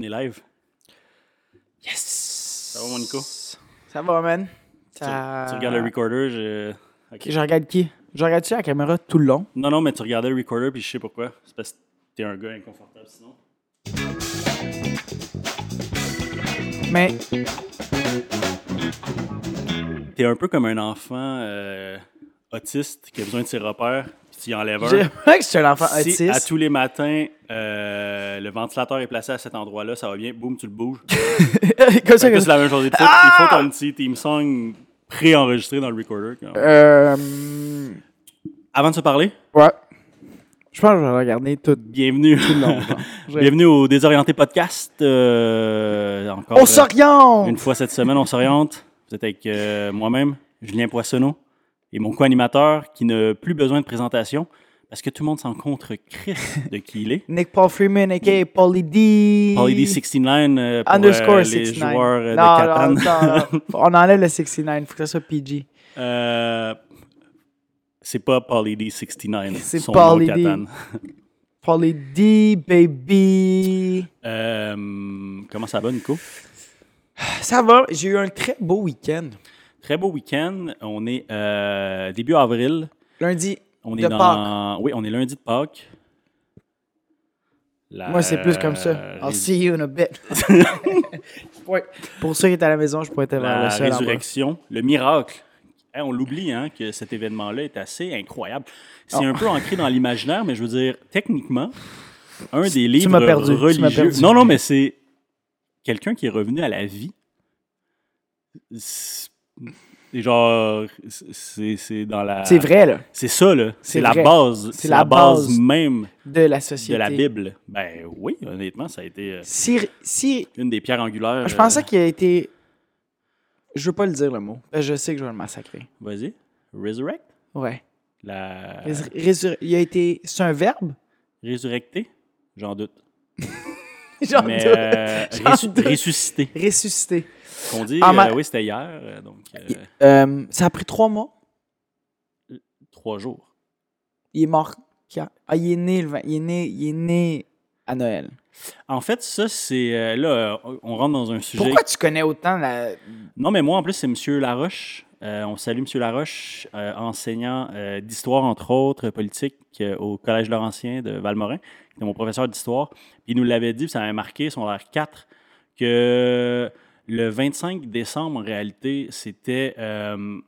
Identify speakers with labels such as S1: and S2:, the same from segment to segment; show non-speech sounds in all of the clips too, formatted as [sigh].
S1: live.
S2: Yes!
S1: Ça va, mon Nico?
S2: Ça va, man.
S1: Tu-
S2: Ça-
S1: Tu, regardes le
S2: Euh,
S1: recorder, je... ok.
S2: Je regarde qui? Je regarde-tu la caméra tout le long?
S1: Non, non, mais tu regardais le recorder, puis je sais pourquoi. C'est parce que t'es un gars inconfortable, sinon.
S2: Mais [laughs]
S1: T'es un peu comme un enfant euh, autiste qui a besoin de ses repères, puis tu y enlèves un.
S2: j'aimerais que je suis un enfant
S1: Si à
S2: autiste.
S1: tous les matins, euh, le ventilateur est placé à cet endroit-là, ça va bien, boum, tu le
S2: [laughs]
S1: bouges.
S2: Comme ça,
S1: Fait que
S2: comme
S1: là, C'est
S2: ça.
S1: Ben, la même chose. Il te faut, il faut ton petit team song préenregistré dans le recorder. quand même.
S2: Euh, hum,
S1: Avant de se parler,
S2: ouais. Je pense que je vais regarder tout.
S1: bienvenue. [laughs]
S2: Non, je-
S1: bienvenue au Désorienté Podcast. euh, encore, euh,
S2: On s'oriente!
S1: Une fois cette semaine, on s'oriente. Vous êtes avec euh, moi-même, Julien Poissonneau, et mon co-animateur qui n'a plus besoin de présentation parce que tout le monde s'en contre Chris de qui il est.
S2: Nick Paul Freeman, a.k.a. Paulie D.
S1: Paulie D69 euh, pour
S2: Underscore
S1: euh, les
S2: 69.
S1: joueurs euh, de Catan.
S2: non, non,
S1: [laughs]
S2: non, non. On enlève le 69. Faut que ça soit PG.
S1: Euh, c'est pas Paulie D69.
S2: C'est
S1: son nom
S2: Paulie
S1: de
S2: D.
S1: Catan.
S2: Paulie D, baby.
S1: Euh, comment ça va, Nico?
S2: Ça va. J'ai eu un très beau week-end.
S1: Très beau week-end. On est euh, début avril.
S2: Lundi.
S1: On est
S2: De
S1: dans...
S2: Pâques.
S1: Oui, on est lundi de Pâques. La-
S2: Moi, c'est plus comme ça. Ah,
S1: euh,
S2: I'll see you in
S1: [laughs]
S2: a bit. Ouais. Pour ceux qui étaient à la maison, je pourrais être vers
S1: La
S2: le seul. endroit.
S1: résurrection, le miracle. Hey, on l'oublie, hein, que cet événement-là est assez incroyable. C'est
S2: Ah.
S1: un peu ancré dans l'imaginaire, mais je veux dire, techniquement, un des livres
S2: m'as perdu, tu m'as
S1: religieux...
S2: perdu.
S1: Non, non, mais c'est quelqu'un qui est revenu à la vie. C'est c'est genre... C'est c'est dans la...
S2: C'est vrai, là,
S1: C'est ça, là. C'est
S2: C'est
S1: la
S2: vrai.
S1: base.
S2: C'est
S1: C'est
S2: la
S1: la base
S2: base
S1: même
S2: de la
S1: de
S2: société.
S1: la Bible. Ben oui, honnêtement, ça a été euh,
S2: Si, si,
S1: une des pierres angulaires.
S2: Ah, je
S1: euh,
S2: pensais qu'il a été. Je veux pas le dire le mot. parce que Je sais que je vais le massacrer.
S1: Vas-y. Resurrect?
S2: Ouais.
S1: La...
S2: Rés- résur- Il a été. C'est un verbe? [laughs]
S1: Résurrecté? J'en doute.
S2: J'en
S1: Mais
S2: doute.
S1: euh,
S2: [laughs] J'en
S1: ressu-
S2: doute.
S1: ressuscité.
S2: Ressuscité.
S1: Qu'on dit,
S2: Ah,
S1: euh,
S2: ma-
S1: oui, c'était hier, euh, donc euh,
S2: Il- euh, ça a pris trois mois.
S1: trois jours.
S2: Il est mort. quand? Ah, il est né le vingt- Il est né, il est né à Noël.
S1: En fait, ça, c'est. euh, là, euh, on rentre dans un sujet.
S2: Pourquoi tu connais autant la.
S1: Non, mais moi, en plus, c'est M. Laroche. Euh, on salue M. Laroche, euh, enseignant euh, d'histoire, entre autres, politique euh, au Collège Laurentien de Valmorin. qui était mon professeur d'histoire. Puis Il nous l'avait dit, puis ça m'avait marqué, son r 4, que le 25 décembre, en réalité, c'était euh,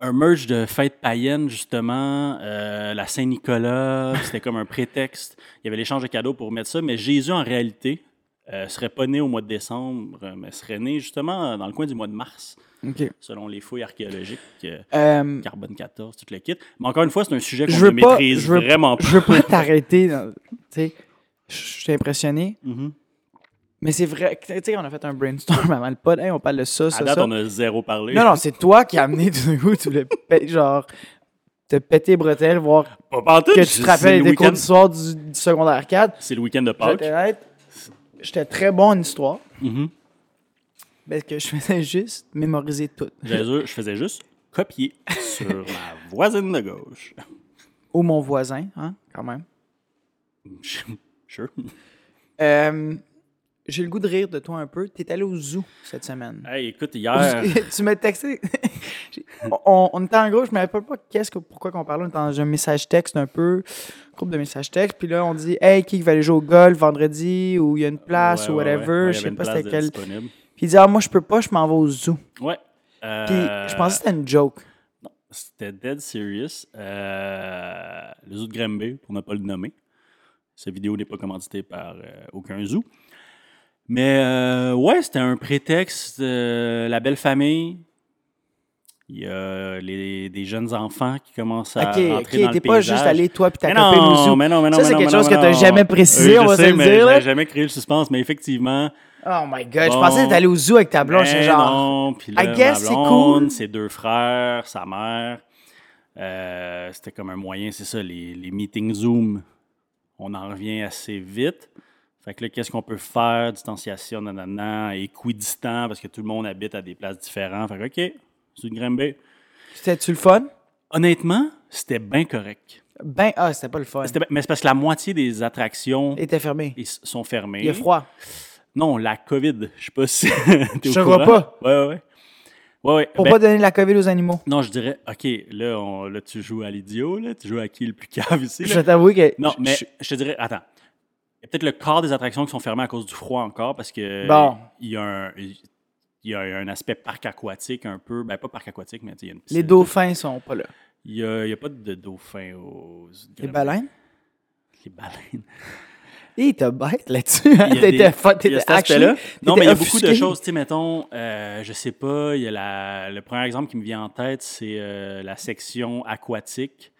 S1: un merge de fêtes païennes, justement, euh, la Saint-Nicolas, puis c'était comme un prétexte. Il y avait l'échange de cadeaux pour mettre ça, mais Jésus, en réalité, euh, serait pas né au mois de décembre, euh, mais serait né justement dans le coin du mois de mars,
S2: Ok.
S1: selon les fouilles archéologiques, euh,
S2: Euh,
S1: carbone 14, tout le kit. Mais encore une fois, c'est un sujet qu'on
S2: Je veux
S1: ne
S2: pas-
S1: maîtrise
S2: je veux-
S1: vraiment pas.
S2: je veux pas t'arrêter. dans- Tu sais, je suis impressionné.
S1: Mhm.
S2: Mais c'est vrai. que- Tu sais, on a fait un brainstorm avant le pod. Hey, on parle de ça,
S1: À
S2: ça,
S1: date,
S2: ça.
S1: on a zéro parlé.
S2: Non, non, c'est toi qui as amené du coup, tu le pè- genre, te péter bretelles, voir
S1: Pas pantoute,
S2: que tu te
S1: c'est
S2: rappelles
S1: le
S2: des cours
S1: week-end-
S2: du soir du, du secondaire 4.
S1: C'est le week-end de
S2: Je vais
S1: Pâques.
S2: t'honnête, J'étais très bon en histoire.
S1: Mhm.
S2: Parce que je faisais juste mémoriser tout.
S1: Jésus, je faisais juste
S2: [laughs]
S1: copier sur ma voisine de gauche. [laughs]
S2: Ou mon voisin, hein, quand même.
S1: Sure.
S2: Euh, J'ai le goût de rire de toi un peu. T'es allé au zoo cette semaine.
S1: Hey, écoute, hier,
S2: [laughs] tu m'as texté. J'ai- on, on était en gros, je me rappelle pas qu'est-ce que, pourquoi qu'on parlait. On était dans un message texte un peu, groupe de messages texte. Puis là, on dit Hey, qui va aller jouer au golf vendredi ou il y a une place
S1: Ouais,
S2: ou
S1: ouais, ouais.
S2: whatever.
S1: Ouais, il y
S2: je
S1: avait
S2: sais
S1: une
S2: pas
S1: place
S2: c'était
S1: de
S2: quel.
S1: disponible.
S2: Puis il dit Ah, moi, je peux pas, je m'en vais au zoo.
S1: Ouais. Euh,
S2: Puis je pensais que c'était une joke.
S1: C'était dead serious. Euh, le zoo de Granby, pour ne pas le nommer. Cette vidéo n'est pas commanditée par euh, aucun zoo. Mais euh, ouais, c'était un prétexte. euh, la belle famille. Il y a les- des jeunes enfants qui commencent à
S2: ok,
S1: rentrer dans
S2: ok,
S1: le
S2: t'es pas
S1: paysage.
S2: juste allé toi puis t'as
S1: mais
S2: tapé
S1: non,
S2: le zoo.
S1: mais non, mais non,
S2: Ça,
S1: mais
S2: c'est
S1: non,
S2: quelque
S1: mais non,
S2: chose que
S1: mais
S2: t'as
S1: non.
S2: jamais précisé,
S1: Euh,
S2: on
S1: je
S2: va se
S1: sais,
S2: le
S1: mais
S2: dire,
S1: j'ai
S2: là.
S1: jamais créé le suspense, mais effectivement,
S2: Oh my god,
S1: Bon.
S2: je pensais que t'allais au zoo avec ta blonde.
S1: ben
S2: j'étais genre.
S1: non, puis là,
S2: I guess
S1: ma
S2: c'est
S1: blonde,
S2: cool.
S1: ses deux frères, sa mère, euh, c'était comme un moyen, c'est ça, les, les meetings Zoom, on en revient assez vite. Fait que là, qu'est-ce qu'on peut faire, distanciation, nanana, équidistant, parce que tout le monde habite à des places différentes. Fait que, OK, c'est une Grimby.
S2: C'était-tu le fun?
S1: Honnêtement, c'était bien correct.
S2: Ben, ah, c'était pas le fun.
S1: C'était- Mais c'est parce que la moitié des attractions
S2: Il était fermé.
S1: ils s- sont fermées.
S2: Il y a froid.
S1: Non, la COVID. Je sais pas
S2: [laughs]
S1: si. t'es au
S2: Je vois
S1: courant.
S2: pas.
S1: Ouais, ouais, ouais. Ouais, ouais.
S2: Pour
S1: Ben,
S2: pas donner la COVID aux animaux.
S1: Non, je dirais, OK, là, on- là, tu joues à l'idiot, là. Tu joues à qui le plus cave ici? là?
S2: Je vais t'avouer que.
S1: Non,
S2: je-
S1: mais
S2: je-
S1: je te dirais, attends. Il y a peut-être le quart des attractions qui sont fermées à cause du froid encore parce que
S2: Bon.
S1: il y a un. Il y a un aspect parc aquatique un peu. Ben, pas parc aquatique, mais tu sais, il y a une piscine.
S2: les dauphins sont pas là.
S1: Il n'y a, il y a pas de dauphin aux.
S2: Les baleines?
S1: Les baleines.
S2: Hé, t'as bête là-dessus. hein?
S1: Il y a
S2: T'étais
S1: des-
S2: fa-
S1: Il y a
S2: t'étais
S1: cet aspect-là.
S2: actually-
S1: Non, mais il y a
S2: t'étais
S1: beaucoup de
S2: offusqué.
S1: choses. Tu sais, mettons, euh, je sais pas, il y a la, le premier exemple qui me vient en tête, c'est euh, la section aquatique,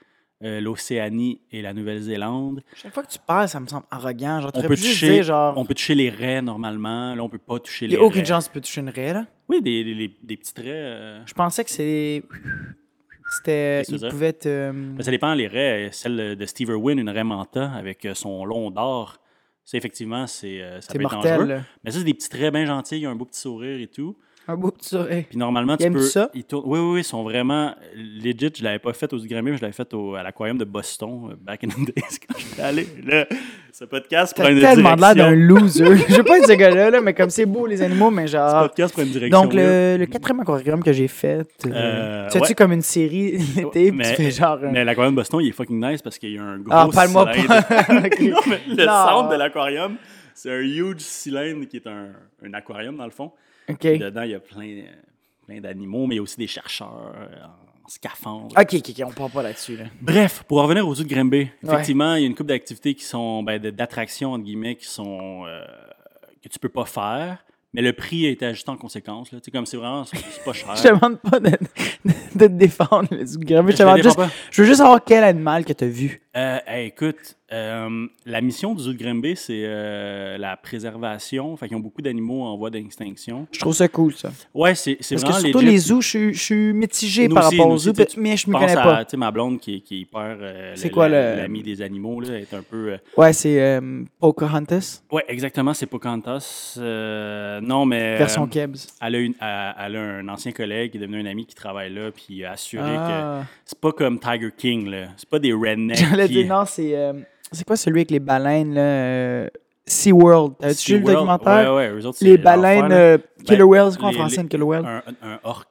S1: euh, l'Océanie et la Nouvelle-Zélande.
S2: Chaque fois que tu parles, ça me semble arrogant. Genre,
S1: On
S2: t'aurais
S1: peut
S2: pu juste
S1: toucher-
S2: dire, genre,
S1: On peut toucher les raies normalement. Là, on peut pas toucher
S2: il n'y
S1: les
S2: a aucune
S1: raies.
S2: chance que tu peux toucher une raie, là.
S1: Oui, des, des, des- des petits traits. euh,
S2: Je pensais que c'est. C'était.
S1: Qu'est-ce que
S2: Il
S1: ça
S2: pouvait être. euh,
S1: ben, ça dépend, les raies. Celle de Steve Irwin, une raie manta avec euh, son long d'or. Ça, effectivement, c'est euh, ça
S2: C'est
S1: peut être
S2: mortel.
S1: dangereux.
S2: là.
S1: Mais ça, c'est des petits traits bien gentils. Il a un beau petit sourire et tout.
S2: Un beau petit sourire.
S1: Puis normalement, tu
S2: Aimes-tu
S1: peux.
S2: ça?
S1: ils tournent- Oui, oui, oui, ils sont vraiment legit. Je l'avais pas fait aux Grammy, mais je l'avais fait au- à l'aquarium de Boston, euh, back in the [laughs] days, quand j'étais allé. Là, ce podcast
S2: T'as
S1: prend une
S2: tellement l'air d'un
S1: direction. [laughs]
S2: loser. Je veux pas être ce gars-là, là, mais comme c'est beau les animaux, mais
S1: Ce
S2: genre.
S1: podcast prend une direction.
S2: Donc, le, le quatrième aquarium que j'ai fait, euh,
S1: Euh,
S2: tu sais-tu
S1: ouais.
S2: comme une série [laughs] l'été, puis tu
S1: mais-
S2: fais genre. un-
S1: Mais l'aquarium de Boston, il est fucking nice parce qu'il y a un gros.
S2: Ah, parle-moi
S1: cylindre. [laughs]
S2: pas. Ok.
S1: non, mais le
S2: Non.
S1: centre de l'aquarium, c'est un huge cylindre qui est un, un aquarium dans le fond.
S2: Ok.
S1: Puis Dedans, il y a plein, plein d'animaux, mais il y a aussi des chercheurs euh, en scaphandre.
S2: Ok, ok, ok, on part pas là-dessus. Là.
S1: Bref, pour en revenir aux zoo de Grimby,
S2: Ouais.
S1: effectivement, il y a une couple d'activités qui sont ben, de- d'attractions entre guillemets qui sont euh, que tu peux pas faire, mais le prix est ajusté en conséquence. Là. Tu sais, comme c'est vraiment c'est c'est pas
S2: [laughs]
S1: cher.
S2: Je te demande pas de, de te défendre, le zoographe. Je, te
S1: Je le défends
S2: demande juste-
S1: pas.
S2: je veux juste savoir quel animal que t'as vu.
S1: Euh, hey, écoute, euh, la mission du zoo de Grimby, c'est euh, la préservation. Fait qu'ils ont beaucoup d'animaux en voie d'extinction.
S2: Je trouve ça cool, ça.
S1: Ouais, c'est c'est
S2: Parce que
S1: vraiment
S2: surtout
S1: legit.
S2: les zoos, je, suis- je suis mitigé
S1: Nous
S2: par
S1: aussi,
S2: rapport
S1: nous
S2: aux
S1: aussi,
S2: zoos,
S1: tu sais, tu
S2: mais je me
S1: Pense
S2: connais
S1: à,
S2: pas.
S1: tu sais, ma blonde qui, est- qui est hyper. euh,
S2: C'est
S1: la-
S2: quoi
S1: la-
S2: le-
S1: L'ami des animaux, là, est un peu. euh,
S2: Ouais, c'est euh, Pocahontas,
S1: Ouais, exactement, c'est Pocahontas. Euh, non, mais. euh,
S2: version Kebs.
S1: Elle a, une- elle- elle a un ancien collègue qui est devenu un ami qui travaille là, puis il a assuré que
S2: Ah.
S1: c'est pas comme Tiger King, là. C'est pas des rednecks.
S2: [laughs] J'allais
S1: qui-
S2: dire, non, c'est. euh, c'est quoi celui avec les baleines, là euh, SeaWorld. T'as-tu vu le
S1: SeaWorld,
S2: documentaire?
S1: ouais, ouais, eux autres, c'est
S2: Les
S1: l'enfer,
S2: baleines
S1: là.
S2: euh, Killer
S1: Ben,
S2: Whales, c'est quoi en
S1: les-
S2: français,
S1: les-
S2: une Killer Whale?
S1: Un, un orc.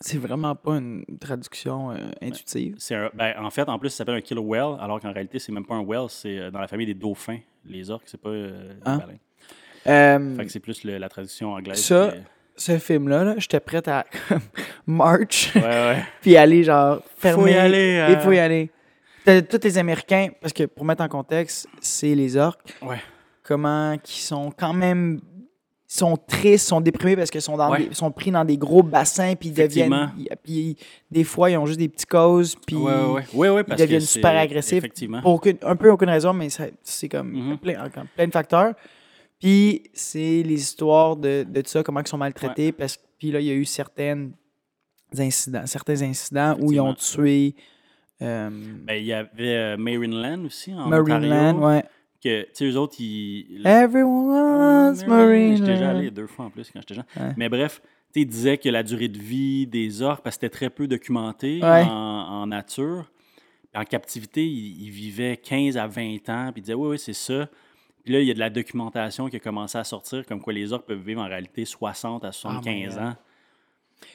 S2: C'est vraiment pas une traduction euh, intuitive.
S1: C'est un- ben, en fait, en plus, ça s'appelle un killer whale, alors qu'en réalité, c'est même pas un whale, c'est euh, dans la famille des dauphins. Les orques, c'est pas euh, des
S2: Hein?
S1: baleines.
S2: Euh,
S1: Fait que c'est plus le- la traduction anglaise.
S2: Ça-
S1: qui est-
S2: ce film-là, là, j'étais prête à comme, [laughs] march,
S1: Ouais, ouais.
S2: [laughs] puis aller genre fermer.
S1: Faut y aller,
S2: Il
S1: euh.
S2: faut y aller. T'as Tous les Américains, parce que pour mettre en contexte, c'est les orques.
S1: Ouais.
S2: Comment qui sont quand même ils sont tristes, sont déprimés parce qu'ils sont, dans
S1: Ouais.
S2: des- sont pris dans des gros bassins, puis ils deviennent.
S1: Effectivement.
S2: ils- Puis des fois, ils ont juste des petites causes, puis
S1: ouais, ouais, ouais. Ouais, ouais, parce que
S2: deviennent
S1: c'est-
S2: super agressifs.
S1: Effectivement.
S2: pour aucune, un peu aucune raison, mais ça- c'est comme
S1: Mhm.
S2: plein, comme plein de facteurs. Puis c'est les histoires de, de ça, comment ils sont maltraités, parce que puis là, il y a eu certaines incidents, certains incidents où ils ont tué euh,
S1: Ben, il y avait euh, Marineland aussi, en
S2: Marineland,
S1: Ontario,
S2: ouais.
S1: que, tu sais, eux autres, ils...
S2: Everyone wants Marineland.
S1: J'étais déjà allé deux fois en plus quand j'étais jeune.
S2: Ouais.
S1: Mais bref, tu sais, il disait que la durée de vie des orques, parce que c'était très peu documenté
S2: Ouais.
S1: en, en nature, en captivité, ils ils vivaient 15 à 20 ans, puis il disait oui, oui, c'est ça. Puis là, il y a de la documentation qui a commencé à sortir, comme quoi les orques peuvent vivre en réalité 60 à 75
S2: Oh my
S1: ans.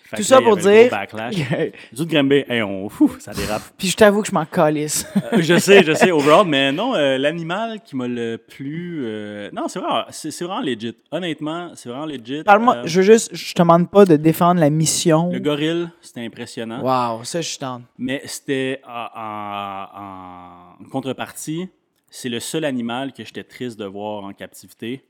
S1: Fait
S2: Tout
S1: que
S2: ça
S1: là, il y
S2: pour
S1: avait le gros
S2: dire-
S1: backlash.
S2: [laughs]
S1: Les autres Grimby, hey, on, fou, ça dérape.
S2: puis je t'avoue que je
S1: [laughs]
S2: m'en calisse.
S1: Euh, je sais, je sais, overall, mais non, euh, l'animal qui m'a le plus. euh, non, c'est vraiment, c'est, c'est vraiment legit. Honnêtement, c'est vraiment legit.
S2: Parle-moi,
S1: Euh,
S2: je veux juste, je te demande pas de défendre la mission.
S1: Le hein? gorille, c'était impressionnant.
S2: Wow, ça, je suis down.
S1: Mais c'était en, en- en contrepartie, c'est le seul animal que j'étais triste de voir en captivité.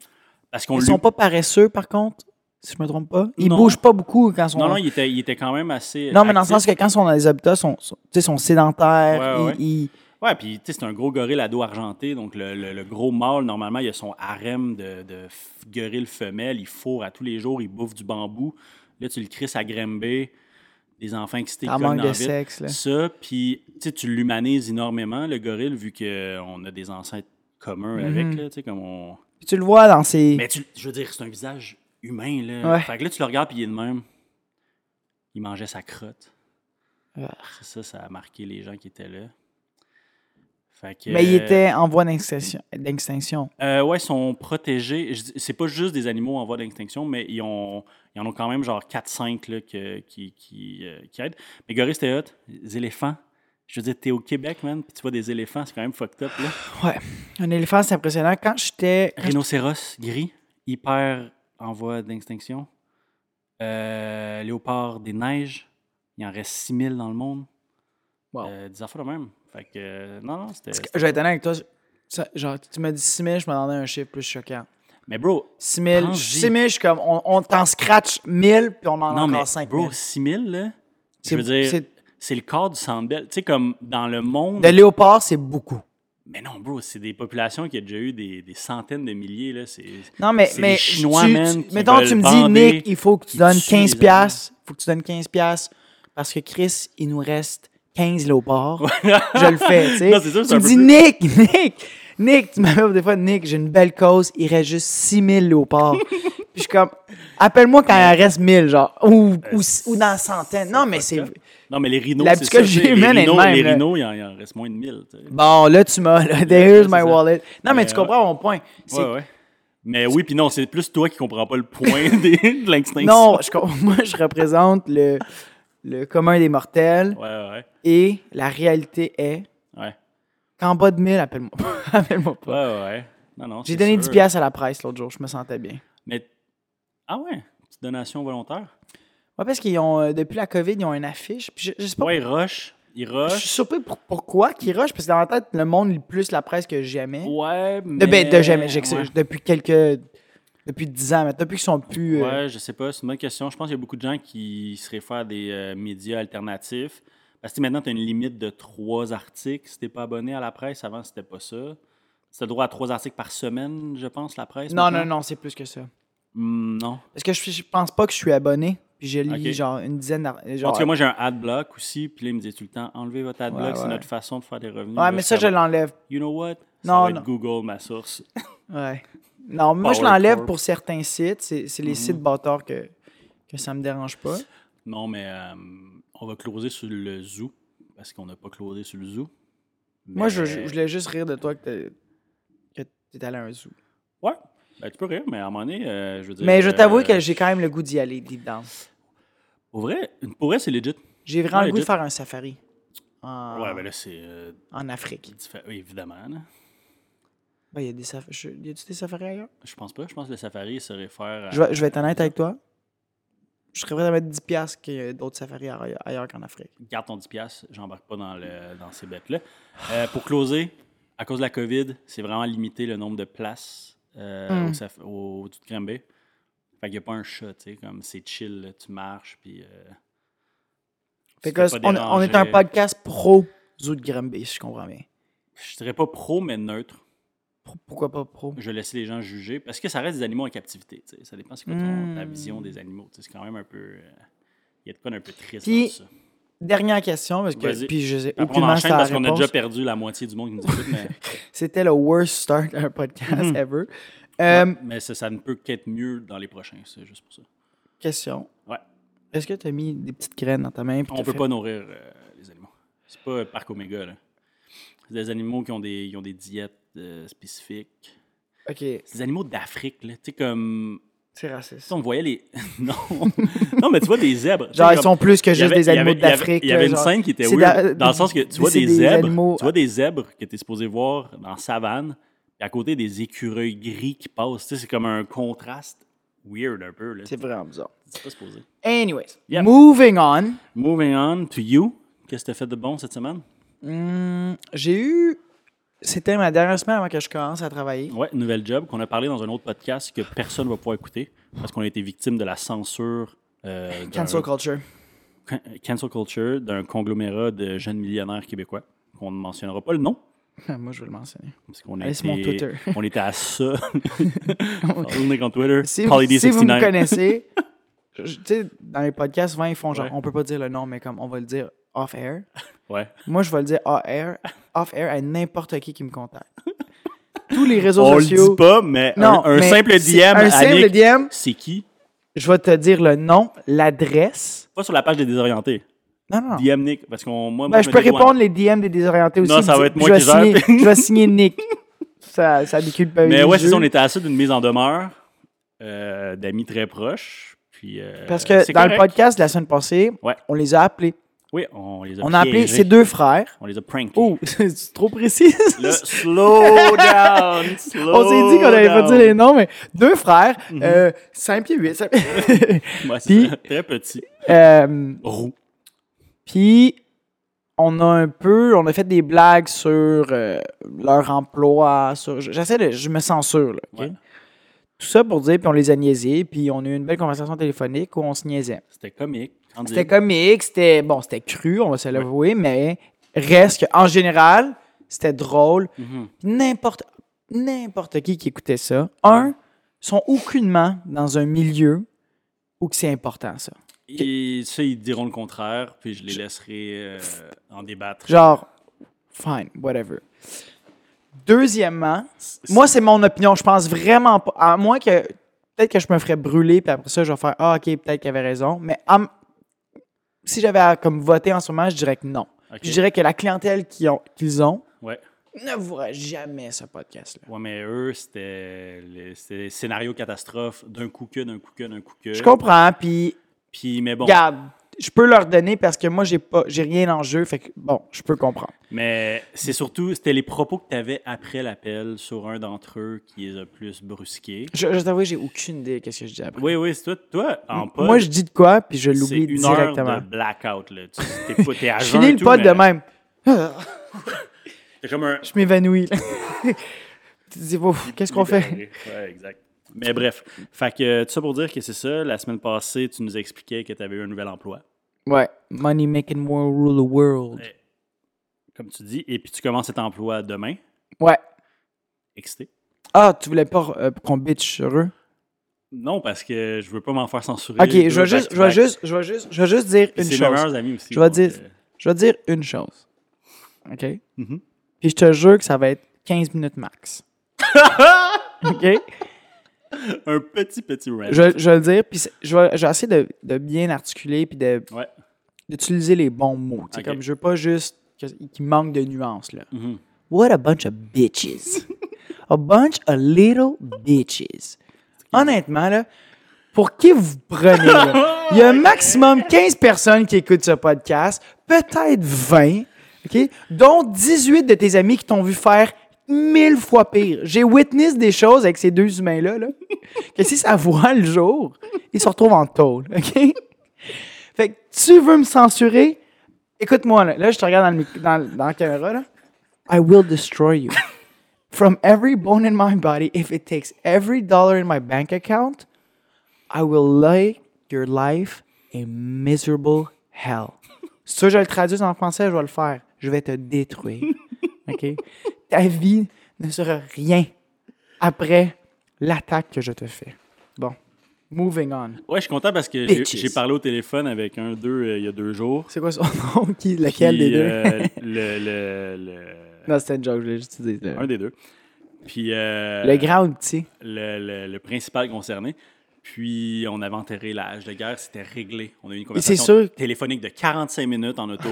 S1: Parce qu'on
S2: Ils
S1: lui-
S2: sont pas paresseux, par contre, si je me trompe pas. Ils
S1: Non.
S2: bougent pas beaucoup quand ils sont
S1: Non, non, il était, il était quand même [laughs] assez.
S2: Non, mais dans le sens
S1: actif.
S2: que quand ils sont dans les habitats, ils sont, sont- tu sais, sont sédentaires.
S1: Ouais, ouais.
S2: ils- ils-
S1: Ouais, puis tu sais, c'est un gros gorille à dos argenté. Donc le, le- le gros mâle, normalement, il a son harem de, de f- gorille femelle. Il fourre à tous les jours, il bouffe du bambou. Là, tu le crisses à Grimby, des enfants excités qui
S2: en
S1: cognent
S2: manque
S1: dans
S2: de
S1: la vitre.
S2: sexe. là.
S1: Ça, puis tu sais, tu l'humanises énormément, le gorille, vu qu'on a des ancêtres communs
S2: Mhm.
S1: avec, là, tu sais, comme on...
S2: Puis tu le vois dans ces.
S1: Mais tu, je veux dire, c'est un visage humain, là.
S2: Ouais.
S1: Fait que là, tu le regardes, puis il est de même. Il mangeait sa crotte.
S2: Ah.
S1: C'est ça, ça a marqué les gens qui étaient là. Fait que,
S2: Mais ils
S1: euh,
S2: étaient en voie d'extinction. d'extinction.
S1: Euh, ouais, ils sont protégés. Je dis- C'est pas juste des animaux en voie d'extinction, mais ils, ont, ils en ont quand même genre 4-5 là, que- qui, qui, euh, qui aident. Mais Gorille, c'était hot. Les éléphants. Je veux dire, t'es au Québec, man, puis tu vois des éléphants, c'est quand même fucked up, là.
S2: Un éléphant, c'est impressionnant. Quand j'étais. quand
S1: Rhinocéros gris, hyper en voie d'extinction. Euh, léopard des neiges, il en reste 6000 dans le monde.
S2: Wow.
S1: Euh, des affaires de même. Fait que, euh, non, non, c'était...
S2: j'étais- Je vais être honnête avec toi. ça- genre, tu m'as dit 6 000, je me demandais un chiffre plus choquant.
S1: Mais bro,
S2: 6 000,
S1: Pense-y.
S2: 6 000, je suis comme, on, on t'en scratch 1000, puis on en a
S1: non, mais
S2: encore 5 000.
S1: bro, 6000, là, je
S2: C'est-
S1: veux dire,
S2: c'est-
S1: c'est le corps du sandbell. Tu sais, comme dans le monde...
S2: De léopard, c'est beaucoup.
S1: Mais non, bro, c'est des populations qui ont déjà eu des, des centaines de milliers, là. C'est...
S2: Non, mais,
S1: C'est les
S2: mais
S1: Chinois,
S2: tu,
S1: man,
S2: tu-
S1: qui
S2: mettons,
S1: veulent
S2: tu me dis,
S1: bander,
S2: Nick, il faut que tu
S1: qui
S2: donnes
S1: tuent les
S2: 15 piastres. faut que tu donnes 15 piastres parce que Chris, il nous reste 15 léopards. Je le fais, tu
S1: [laughs]
S2: sais.
S1: Non, c'est sûr, c'est
S2: tu
S1: un
S2: me
S1: peu
S2: dis,
S1: plus.
S2: Nick, [laughs] Nick, Nick, tu m'appelles des fois, Nick, j'ai une belle cause, il reste juste
S1: [laughs]
S2: 6000 léopards. Puis je suis comme, appelle-moi quand il en reste 1000, genre, ou, ou,
S1: Euh,
S2: ou dans centaines. Non, mais c'est...
S1: [laughs] Non, mais les rhinos,
S2: La
S1: c'est ça.
S2: psychologie
S1: tu sais, Les
S2: humaine est de
S1: rhinos,
S2: même,
S1: les
S2: là.
S1: rhinos, il en, il en reste moins de 1000, tu sais.
S2: Bon, là, tu m'as, là, there's my
S1: ça.
S2: wallet. Non, mais
S1: Mais,
S2: tu
S1: ouais.
S2: comprends mon point. C'est-
S1: Ouais, ouais. Mais oui, puis non, c'est plus toi qui comprends pas le point [laughs] des- de l'extinction.
S2: Non, je com- [laughs] moi, je représente le, le commun des mortels.
S1: Ouais, ouais,
S2: Et la réalité est
S1: ouais.
S2: qu'en bas de 1000, appelle-moi pas. [laughs] Appelle-moi
S1: Ouais,
S2: pas.
S1: ouais, ouais. Non, non,
S2: J'ai
S1: c'est
S2: donné
S1: sûr.
S2: 10 piastres à la presse l'autre jour, je me sentais bien.
S1: Mais... Ah ouais, petite donation volontaire.
S2: Ouais, parce qu'ils ont, euh, depuis la COVID, ils ont une affiche. Puis je, je sais pas.
S1: Ouais, ils rush. Ils
S2: Je suis
S1: rush.
S2: surpris pour- pourquoi qu'ils rushent, parce que dans ma tête, le monde lit plus la presse que jamais.
S1: Ouais, mais...
S2: De, ben, de jamais,
S1: Ouais.
S2: j'excuse. Depuis quelques. Depuis 10 ans, mais depuis qu'ils sont plus. euh,
S1: Ouais, je sais pas, c'est une bonne question. Je pense qu'il y a beaucoup de gens qui se réfèrent à des euh, médias alternatifs. Parce que maintenant, tu as une limite de trois articles si t'es pas abonné à la presse. Avant, c'était pas ça. Tu as le droit à trois articles par semaine, je pense, la presse.
S2: non, non,
S1: maintenant.
S2: non, c'est plus que ça.
S1: Hmm, non.
S2: Parce que je, je pense pas que je suis abonné, puis je lis
S1: Ok.
S2: genre une dizaine. d'ar-
S1: en
S2: Genre,
S1: tout cas, moi, j'ai un adblock aussi. Puis là, ils me disent tout le temps enlevez votre adblock,
S2: Ouais,
S1: c'est
S2: ouais.
S1: notre façon de faire des revenus.
S2: ouais,
S1: Là,
S2: mais
S1: suis
S2: ça, je
S1: comme,
S2: l'enlève.
S1: You know what Ça
S2: Non,
S1: va
S2: non.
S1: être Google, ma source.
S2: Ouais. Non, moi, je
S1: Power Mhm.
S2: l'enlève
S1: Corp.
S2: pour certains sites. C'est c'est les sites bâtards que, que ça me dérange pas.
S1: Non, mais euh, on va closer sur le zoo. Parce qu'on n'a pas closé sur le zoo.
S2: Moi, je,
S1: Mais-
S2: je- je voulais juste rire de toi que t'es- que t'es allé à un zoo.
S1: Ouais. Ben, tu peux rire, mais à un moment donné, euh, je veux dire.
S2: Mais je t'avoue
S1: euh,
S2: que j'ai quand même le goût d'y aller, deep down.
S1: Pour vrai, pour vrai c'est legit.
S2: J'ai vraiment
S1: Ouais,
S2: le goût de
S1: legit.
S2: faire un safari en,
S1: Ouais, ben là, c'est. euh,
S2: en Afrique.
S1: diffé- oui, évidemment. là.
S2: Ouais, Il y a des safaris. Y a-tu des safaris ailleurs?
S1: Je pense pas. Je pense que le safari se réfère à.
S2: Je, vais, je vais être honnête avec toi. Je serais prêt à mettre 10$ piastres qu'il y a d'autres safaris ailleurs, ailleurs qu'en Afrique.
S1: Garde ton 10$, j'embarque pas dans, le, dans ces bêtes-là. Euh, pour closer, à cause de la COVID, c'est vraiment limité le nombre de places euh,
S2: Mm.
S1: au, saf- au, au tout de Granby. Fait qu'il n'y a pas un chat, tu sais, comme c'est chill, là, tu marches, puis. euh,
S2: Fait
S1: tu
S2: que
S1: te fais pas
S2: on, on est un
S1: déranger.
S2: podcast pro zoo de Granby, si je comprends bien.
S1: Je dirais pas pro, mais neutre.
S2: Pro- Pourquoi pas pro?
S1: je laisse les gens juger parce que ça reste des animaux en captivité. tu sais. Ça dépend c'est quoi ton-
S2: Hmm.
S1: ta vision des animaux. tu sais. C'est quand même un peu. euh, Il y a de quoi d'un peu triste
S2: Puis,
S1: dans ça.
S2: Dernière question, parce que
S1: Vas-y.
S2: puis je sais
S1: Après, on
S2: aucunement
S1: enchaîne
S2: c'est la
S1: parce qu'on a
S2: réponse.
S1: déjà perdu la moitié du monde qui nous écoute, mais,
S2: C'était le worst start d'un podcast
S1: Mhm.
S2: ever. [laughs] Euh,
S1: mais ça, ça ne peut qu'être mieux dans les prochains. C'est juste pour ça.
S2: Question.
S1: Ouais.
S2: Est-ce que tu as mis des petites graines dans ta main? puis
S1: On
S2: t'as
S1: peut
S2: fait-
S1: pas nourrir euh, les animaux. C'est pas euh, Parc Oméga. là. C'est des animaux qui ont des, ils ont des diètes euh, spécifiques.
S2: Ok,
S1: C'est des animaux d'Afrique. là. Tu sais, comme.
S2: c'est raciste.
S1: Si on voyait les. [laughs] non. non, mais tu vois des zèbres. Tu sais,
S2: Genre, ils
S1: comme-
S2: sont plus que
S1: Il y
S2: juste
S1: avait-
S2: des
S1: il y
S2: animaux
S1: avait- il y avait-
S2: d'Afrique.
S1: Il y avait
S2: là,
S1: une
S2: genre.
S1: scène qui était
S2: C'est
S1: weird,
S2: d'a-
S1: dans le sens que tu vois
S2: c'est
S1: des,
S2: des
S1: zèbres,
S2: animaux-
S1: tu vois des zèbres que tu es supposé voir dans savane, puis à côté des écureuils gris qui passent, tu sais, c'est comme un contraste weird un peu là.
S2: C'est vraiment bizarre.
S1: C'est pas supposé.
S2: Anyways,
S1: Yep.
S2: moving on.
S1: Moving on to you. Qu'est-ce que t'as fait de bon cette semaine?
S2: Hum, J'ai eu. C'était ma dernière semaine avant que je commence à travailler.
S1: Ouais, nouvelle job qu'on a parlé dans un autre podcast que personne va pouvoir écouter parce qu'on a été victime de la censure. euh, d'un-
S2: Cancel culture. [laughs]
S1: Can- cancel culture d'un conglomérat de jeunes millionnaires québécois qu'on ne mentionnera pas le nom
S2: Moi, je vais le mentionner.
S1: Parce qu'on a
S2: Allez sur mon
S1: été-
S2: Twitter.
S1: [laughs] On était à ça.
S2: [laughs]
S1: on est contre Twitter.
S2: Si,
S1: Pauly
S2: si vous me
S1: D69. [laughs]
S2: connaissez, je- tu sais, dans les podcasts, souvent, ils font genre,
S1: Ouais.
S2: on peut pas dire le nom, mais comme on va le dire off-air.
S1: Ouais.
S2: Moi, je vais le dire off-air off -air à n'importe qui qui me contacte. Tous les réseaux
S1: On le
S2: sociaux.
S1: dit pas, mais
S2: Non,
S1: un, un
S2: mais
S1: simple
S2: c'est-
S1: DM.
S2: Un simple
S1: Annick,
S2: DM,
S1: C'est qui
S2: je vais te dire le nom, l'adresse.
S1: Pas sur la page des désorientés.
S2: Non, non. non.
S1: DM Nick. Parce qu'on, moi, moi,
S2: Ben, je peux
S1: me dédouane.
S2: répondre les DM des désorientés aussi.
S1: Non, ça
S2: Je-
S1: va être moi
S2: je vais
S1: qui gère,
S2: signer-
S1: [laughs] puis-
S2: Je vais signer Nick. Ça, ça déculpabilise.
S1: Mais ouais,
S2: le
S1: c'est ça,
S2: jeu.
S1: on était à ça d'une mise en demeure euh, d'amis très proches. Puis, euh,
S2: Parce que
S1: c'est
S2: dans le
S1: correct.
S2: podcast de la semaine passée,
S1: Ouais.
S2: on les a appelés.
S1: Oui, on les a
S2: On a appelé
S1: piégés.
S2: ces deux frères.
S1: On les a prankés.
S2: Oh, [laughs] c'est trop précis.
S1: Le slow down! slow
S2: [laughs] On s'est dit qu'on allait pas
S1: down.
S2: dire les noms, mais deux frères,
S1: Mhm.
S2: euh, 5 pieds [laughs] 8.
S1: Ouais, c'est
S2: Puis-
S1: ça, très petit. Roux.
S2: Euh, Puis, on a un peu, on a fait des blagues sur euh, leur emploi. Sur, j'essaie de, je me censure, là, OK?
S1: Ouais.
S2: Tout ça pour dire, puis on les a niaisés, puis on a eu une belle conversation téléphonique où on se niaisait.
S1: C'était comique. candide.
S2: C'était comique, c'était, bon, c'était cru, on va se l'avouer, mais reste que, en général, c'était drôle.
S1: Mhm.
S2: Puis n'importe n'importe qui qui écoutait ça, un, sont aucunement dans un milieu où que c'est important ça.
S1: Et ça, ils diront le contraire, puis je les laisserai euh, en débattre.
S2: Genre, fine, whatever. Deuxièmement, moi c'est mon opinion, je pense vraiment pas, à moins que peut-être que je me ferais brûler, puis après ça je vais faire ah ok peut-être qu'il avait raison, mais en- si j'avais à comme voter en ce moment, je dirais que non.
S1: Ok.
S2: Je dirais que la clientèle qu'ils ont, qu'ils ont
S1: Ouais.
S2: ne voudra jamais ce podcast là.
S1: Ouais, mais eux, c'était les- c'était scénario catastrophe d'un coup que, d'un coup que, d'un coup que.
S2: Je comprends, puis
S1: Puis, mais bon.
S2: Regarde, je peux leur donner parce que moi, j'ai pas, j'ai rien en jeu. Fait que, bon, je peux comprendre.
S1: Mais c'est surtout, c'était les propos que tu avais après l'appel sur un d'entre eux qui les a plus brusqués.
S2: Je, je t'avoue, j'ai aucune idée de ce que je dis après.
S1: Oui, oui, c'est toi, toi, en pod,
S2: moi, je dis de quoi, puis je
S1: c'est
S2: l'oublie
S1: une heure
S2: directement.
S1: de blackout. Là. Tu t'es pas- t'es à
S2: [laughs] Je
S1: jeun
S2: finis
S1: et
S2: le
S1: tout,
S2: pod
S1: mais
S2: de même. Ah,
S1: t'es comme un...
S2: Je m'évanouis. [laughs] là. tu te dis, ouf, qu'est-ce qu'on fait?
S1: [laughs] Ouais, exact. Mais bref, fait que, tout ça pour dire que c'est ça, la semaine passée, tu nous expliquais que tu avais eu un nouvel emploi,
S2: Ouais. Money making more rule the world.
S1: comme tu dis, et puis tu commences cet emploi demain,
S2: Ouais.
S1: excité.
S2: Ah, tu voulais pas euh, qu'on bitch sur eux?
S1: Non, parce que je veux pas m'en faire censurer.
S2: Ok, je
S1: veux
S2: vais juste, je vais juste, je vais juste, je vais juste dire une
S1: C'est mes
S2: chose.
S1: meilleurs amis aussi.
S2: Je vais
S1: donc,
S2: dire-
S1: euh,
S2: Je vais dire une chose. OK?
S1: Mhm.
S2: Puis je te jure que ça va être 15 minutes max. OK?
S1: euh, Un petit, petit rant.
S2: je, je vais le dire, puis c'est- je vais, je vais essayer de, de bien articuler puis de-
S1: Ouais.
S2: d'utiliser les bons mots. tu sais,
S1: Ok.
S2: Comme je veux pas juste que- qu'il manque de nuances. Là.
S1: Mhm.
S2: What a bunch of bitches. a bunch of little bitches. Honnêtement, là, pour qui vous prenez, là? il y a un maximum 15 personnes qui écoutent ce podcast, peut-être 20, OK? dont 18 de tes amis qui t'ont vu faire mille fois pire. J'ai witness des choses avec ces deux humains-là, là, [laughs] que si ça voit le jour, ils se retrouvent en tôle, OK? Fait que tu veux me censurer? Écoute-moi, là, Là, je te regarde dans, le mic- dans- dans la caméra, là. I will destroy you. [laughs] From every bone in my body, if it takes every dollar in my bank account, I will lay your life a miserable hell. Si tu veux que je le traduise en français, je vais le faire. Je vais te détruire. [laughs] OK? Ta vie ne sera rien après l'attaque que je te fais. Bon. Moving on.
S1: Ouais, je suis content parce que j'ai-
S2: Bitches.
S1: j'ai parlé au téléphone avec un d'eux euh, il y a deux jours.
S2: C'est quoi son [laughs] nom? Qui, lequel
S1: Puis,
S2: des deux? [laughs]
S1: euh, le, le- le-
S2: Non, c'était une joke, je l'ai juste dit. Le,
S1: un des deux. Puis euh,
S2: le grand ou le petit?
S1: le, le- le principal concerné. Puis on avait enterré la hache de guerre, c'était réglé. On a eu une conversation
S2: sûr-
S1: téléphonique de 45 minutes en
S2: [clears throat]
S1: auto.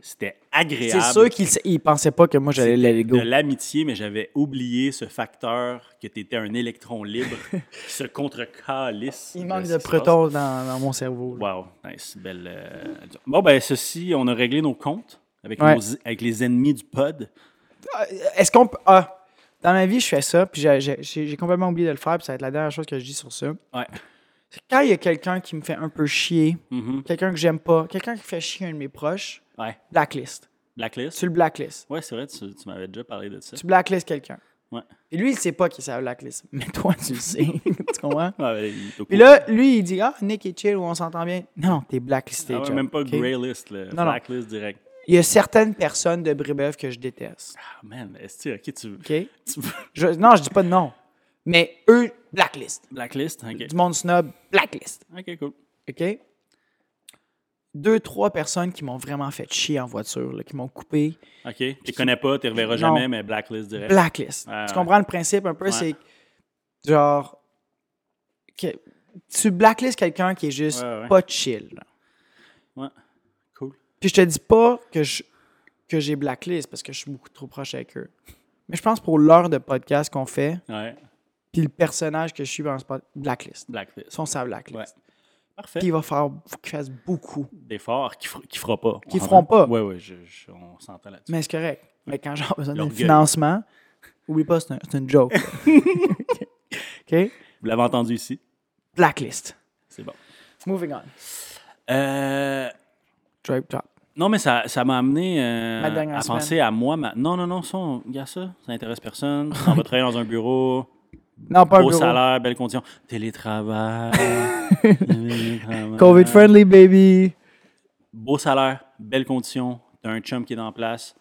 S1: C'était
S2: C'est
S1: agréable.
S2: sûr qu'il s- il pensait pas que moi j'allais le let it go.
S1: de l'amitié, mais j'avais oublié ce facteur que tu étais un électron
S2: [laughs]
S1: libre qui se contre-calisse.
S2: Il manque
S1: ce
S2: de
S1: qui se passe.
S2: protons dans, dans mon cerveau. là.
S1: Wow, nice, belle. euh, allusion. bon, ben, ceci, on a réglé nos comptes avec,
S2: Ouais.
S1: nos- avec les ennemis du pod.
S2: Est-ce qu'on peut. Ah, dans ma vie, je fais ça, puis j'ai- j'ai j'ai- j'ai complètement oublié de le faire, puis ça va être la dernière chose que je dis sur ça.
S1: Ouais.
S2: C'est quand il y a quelqu'un qui me fait un peu chier,
S1: Mhm.
S2: quelqu'un que j'aime pas, quelqu'un qui fait chier un de mes proches,
S1: Ouais.
S2: blacklist.
S1: Blacklist.
S2: Tu le blacklist.
S1: Ouais, c'est vrai, tu, tu m'avais déjà parlé de ça.
S2: Tu blacklist quelqu'un.
S1: Ouais.
S2: Et lui, il sait pas qu'il est sur la blacklist. [laughs] Mais toi, tu le sais. [laughs] tu comprends?
S1: Ouais, Ah, ben, il est au
S2: Puis
S1: courant.
S2: là, lui, il dit Ah, Nick est chill, on s'entend bien. Non, t'es blacklisté.
S1: Ah ouais,
S2: Chuck,
S1: même pas
S2: ok?
S1: grey list, là.
S2: Non, non.
S1: blacklist direct.
S2: Il y a certaines personnes de Brébeuf que je déteste.
S1: Ah, man, est-ce que ok, tu,
S2: OK?
S1: tu-
S2: Je- non, je dis pas de nom. Mais eux, blacklist.
S1: Blacklist, ok.
S2: Du monde snob, blacklist.
S1: Ok, cool.
S2: OK? Deux, trois personnes qui m'ont vraiment fait chier en voiture, là, qui m'ont coupé.
S1: Ok, tu les connais pas, tu les reverras
S2: Non.
S1: jamais, mais blacklist direct.
S2: Blacklist.
S1: Ouais,
S2: tu
S1: ouais.
S2: comprends le principe un peu?
S1: Ouais.
S2: C'est genre. que tu blacklistes quelqu'un qui est juste
S1: Ouais, ouais.
S2: pas chill. là.
S1: Ouais, cool.
S2: Puis je te dis pas que je que j'ai blacklist parce que je suis beaucoup trop proche avec eux. Mais je pense pour l'heure de podcast qu'on fait,
S1: Ouais,
S2: puis le personnage que je suis dans ce pod- blacklist. Ils
S1: Blacklist.
S2: sont sa blacklist.
S1: Ouais. Parfait.
S2: Puis il va faire faut qu'ils fassent beaucoup.
S1: D'efforts qu'ils ne feront pas.
S2: Qu'ils feront pas.
S1: Oui, oui, je, je- on s'entend là-dessus.
S2: Mais c'est correct. Mais quand j'ai besoin d'un
S1: L'orgueil.
S2: financement, oublie pas, c'est un- c'est
S1: [laughs]
S2: une joke. [laughs] OK?
S1: Vous l'avez entendu ici.
S2: Blacklist.
S1: C'est bon.
S2: Moving on.
S1: Euh,
S2: Drape drop.
S1: non, mais ça ça m'a amené euh,
S2: Ma dernière
S1: à
S2: semaine.
S1: penser à moi. ma- Non, non, non, ça, on... regarde ça. Ça n'intéresse personne. On
S2: [laughs]
S1: va travailler dans un bureau.
S2: Non, pas un
S1: beau
S2: bureau.
S1: salaire, belles conditions.
S2: [laughs]
S1: Télétravail. télétravail.
S2: COVID friendly, baby.
S1: Beau salaire, belles conditions. T'as un chum qui est en place.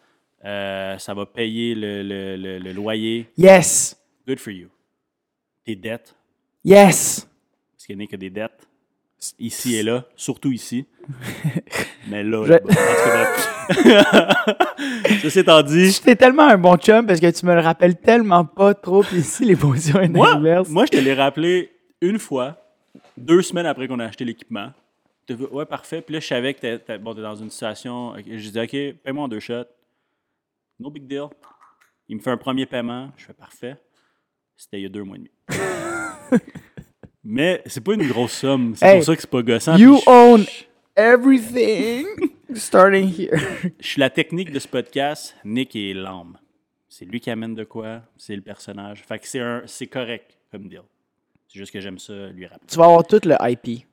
S1: Euh, ça va payer le, le- le- le loyer.
S2: Yes.
S1: Good for you. Tes dettes,
S2: Yes.
S1: parce qu'il n'y a que des dettes. Ici et là, surtout
S2: [laughs]
S1: ici. Mais là,
S2: Je-
S1: là-bas, en tout cas, bref. [laughs] Ceci étant dit,
S2: J'étais tellement un bon chum parce que tu me le rappelles tellement pas trop. Puis ici, les positions sont
S1: moi,
S2: inverses.
S1: moi, je te l'ai rappelé une fois, deux semaines après qu'on a acheté l'équipement. T'as vu, Ouais, parfait. Puis là, je savais que t'es, t'es- bon, t'es dans une situation. ok, Je dis, OK, paie-moi en deux shots. No big deal. Il me fait un premier paiement. Je fais parfait. C'était il y a deux mois et demi.
S2: [laughs]
S1: Mais c'est pas une grosse somme. C'est
S2: Hey,
S1: pour ça que c'est pas gossant.
S2: you
S1: Puis je-
S2: own everything starting here.
S1: Je suis la technique de ce podcast. Nick est l'âme. C'est lui qui amène de quoi. C'est le personnage. Fait que c'est, un, c'est correct comme deal. C'est juste que j'aime ça lui rappeler.
S2: tu vas avoir tout le IP.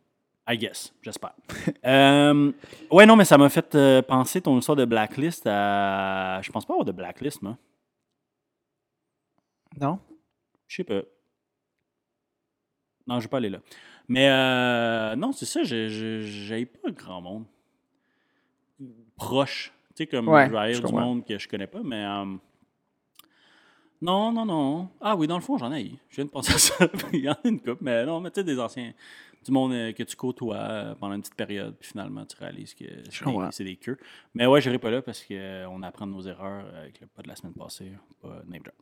S1: I guess, j'espère. [laughs] Euh, ouais, non, mais ça m'a fait euh, penser ton histoire de blacklist à. Je pense pas avoir de blacklist, moi.
S2: Non?
S1: Je sais pas. Non, je vais pas aller là. Mais euh, non, c'est ça, je- je- j'ai pas grand monde. Proche. Tu sais, comme
S2: Ouais,
S1: je vais haïr
S2: je
S1: du
S2: comprends.
S1: monde que je connais pas, mais. euh, non, non, non. Ah oui, dans le fond, j'en ai. Je viens de penser à ça. [laughs] Il y en a une coupe, mais non, mais tu sais, des anciens. Du monde euh, que tu côtoies euh, pendant une petite période, puis finalement, tu réalises que c'est des,
S2: comprends.
S1: c'est des queues. Mais ouais, j'irai pas là parce qu'on apprend de nos erreurs euh, avec le pas de la semaine passée. Pas name drop.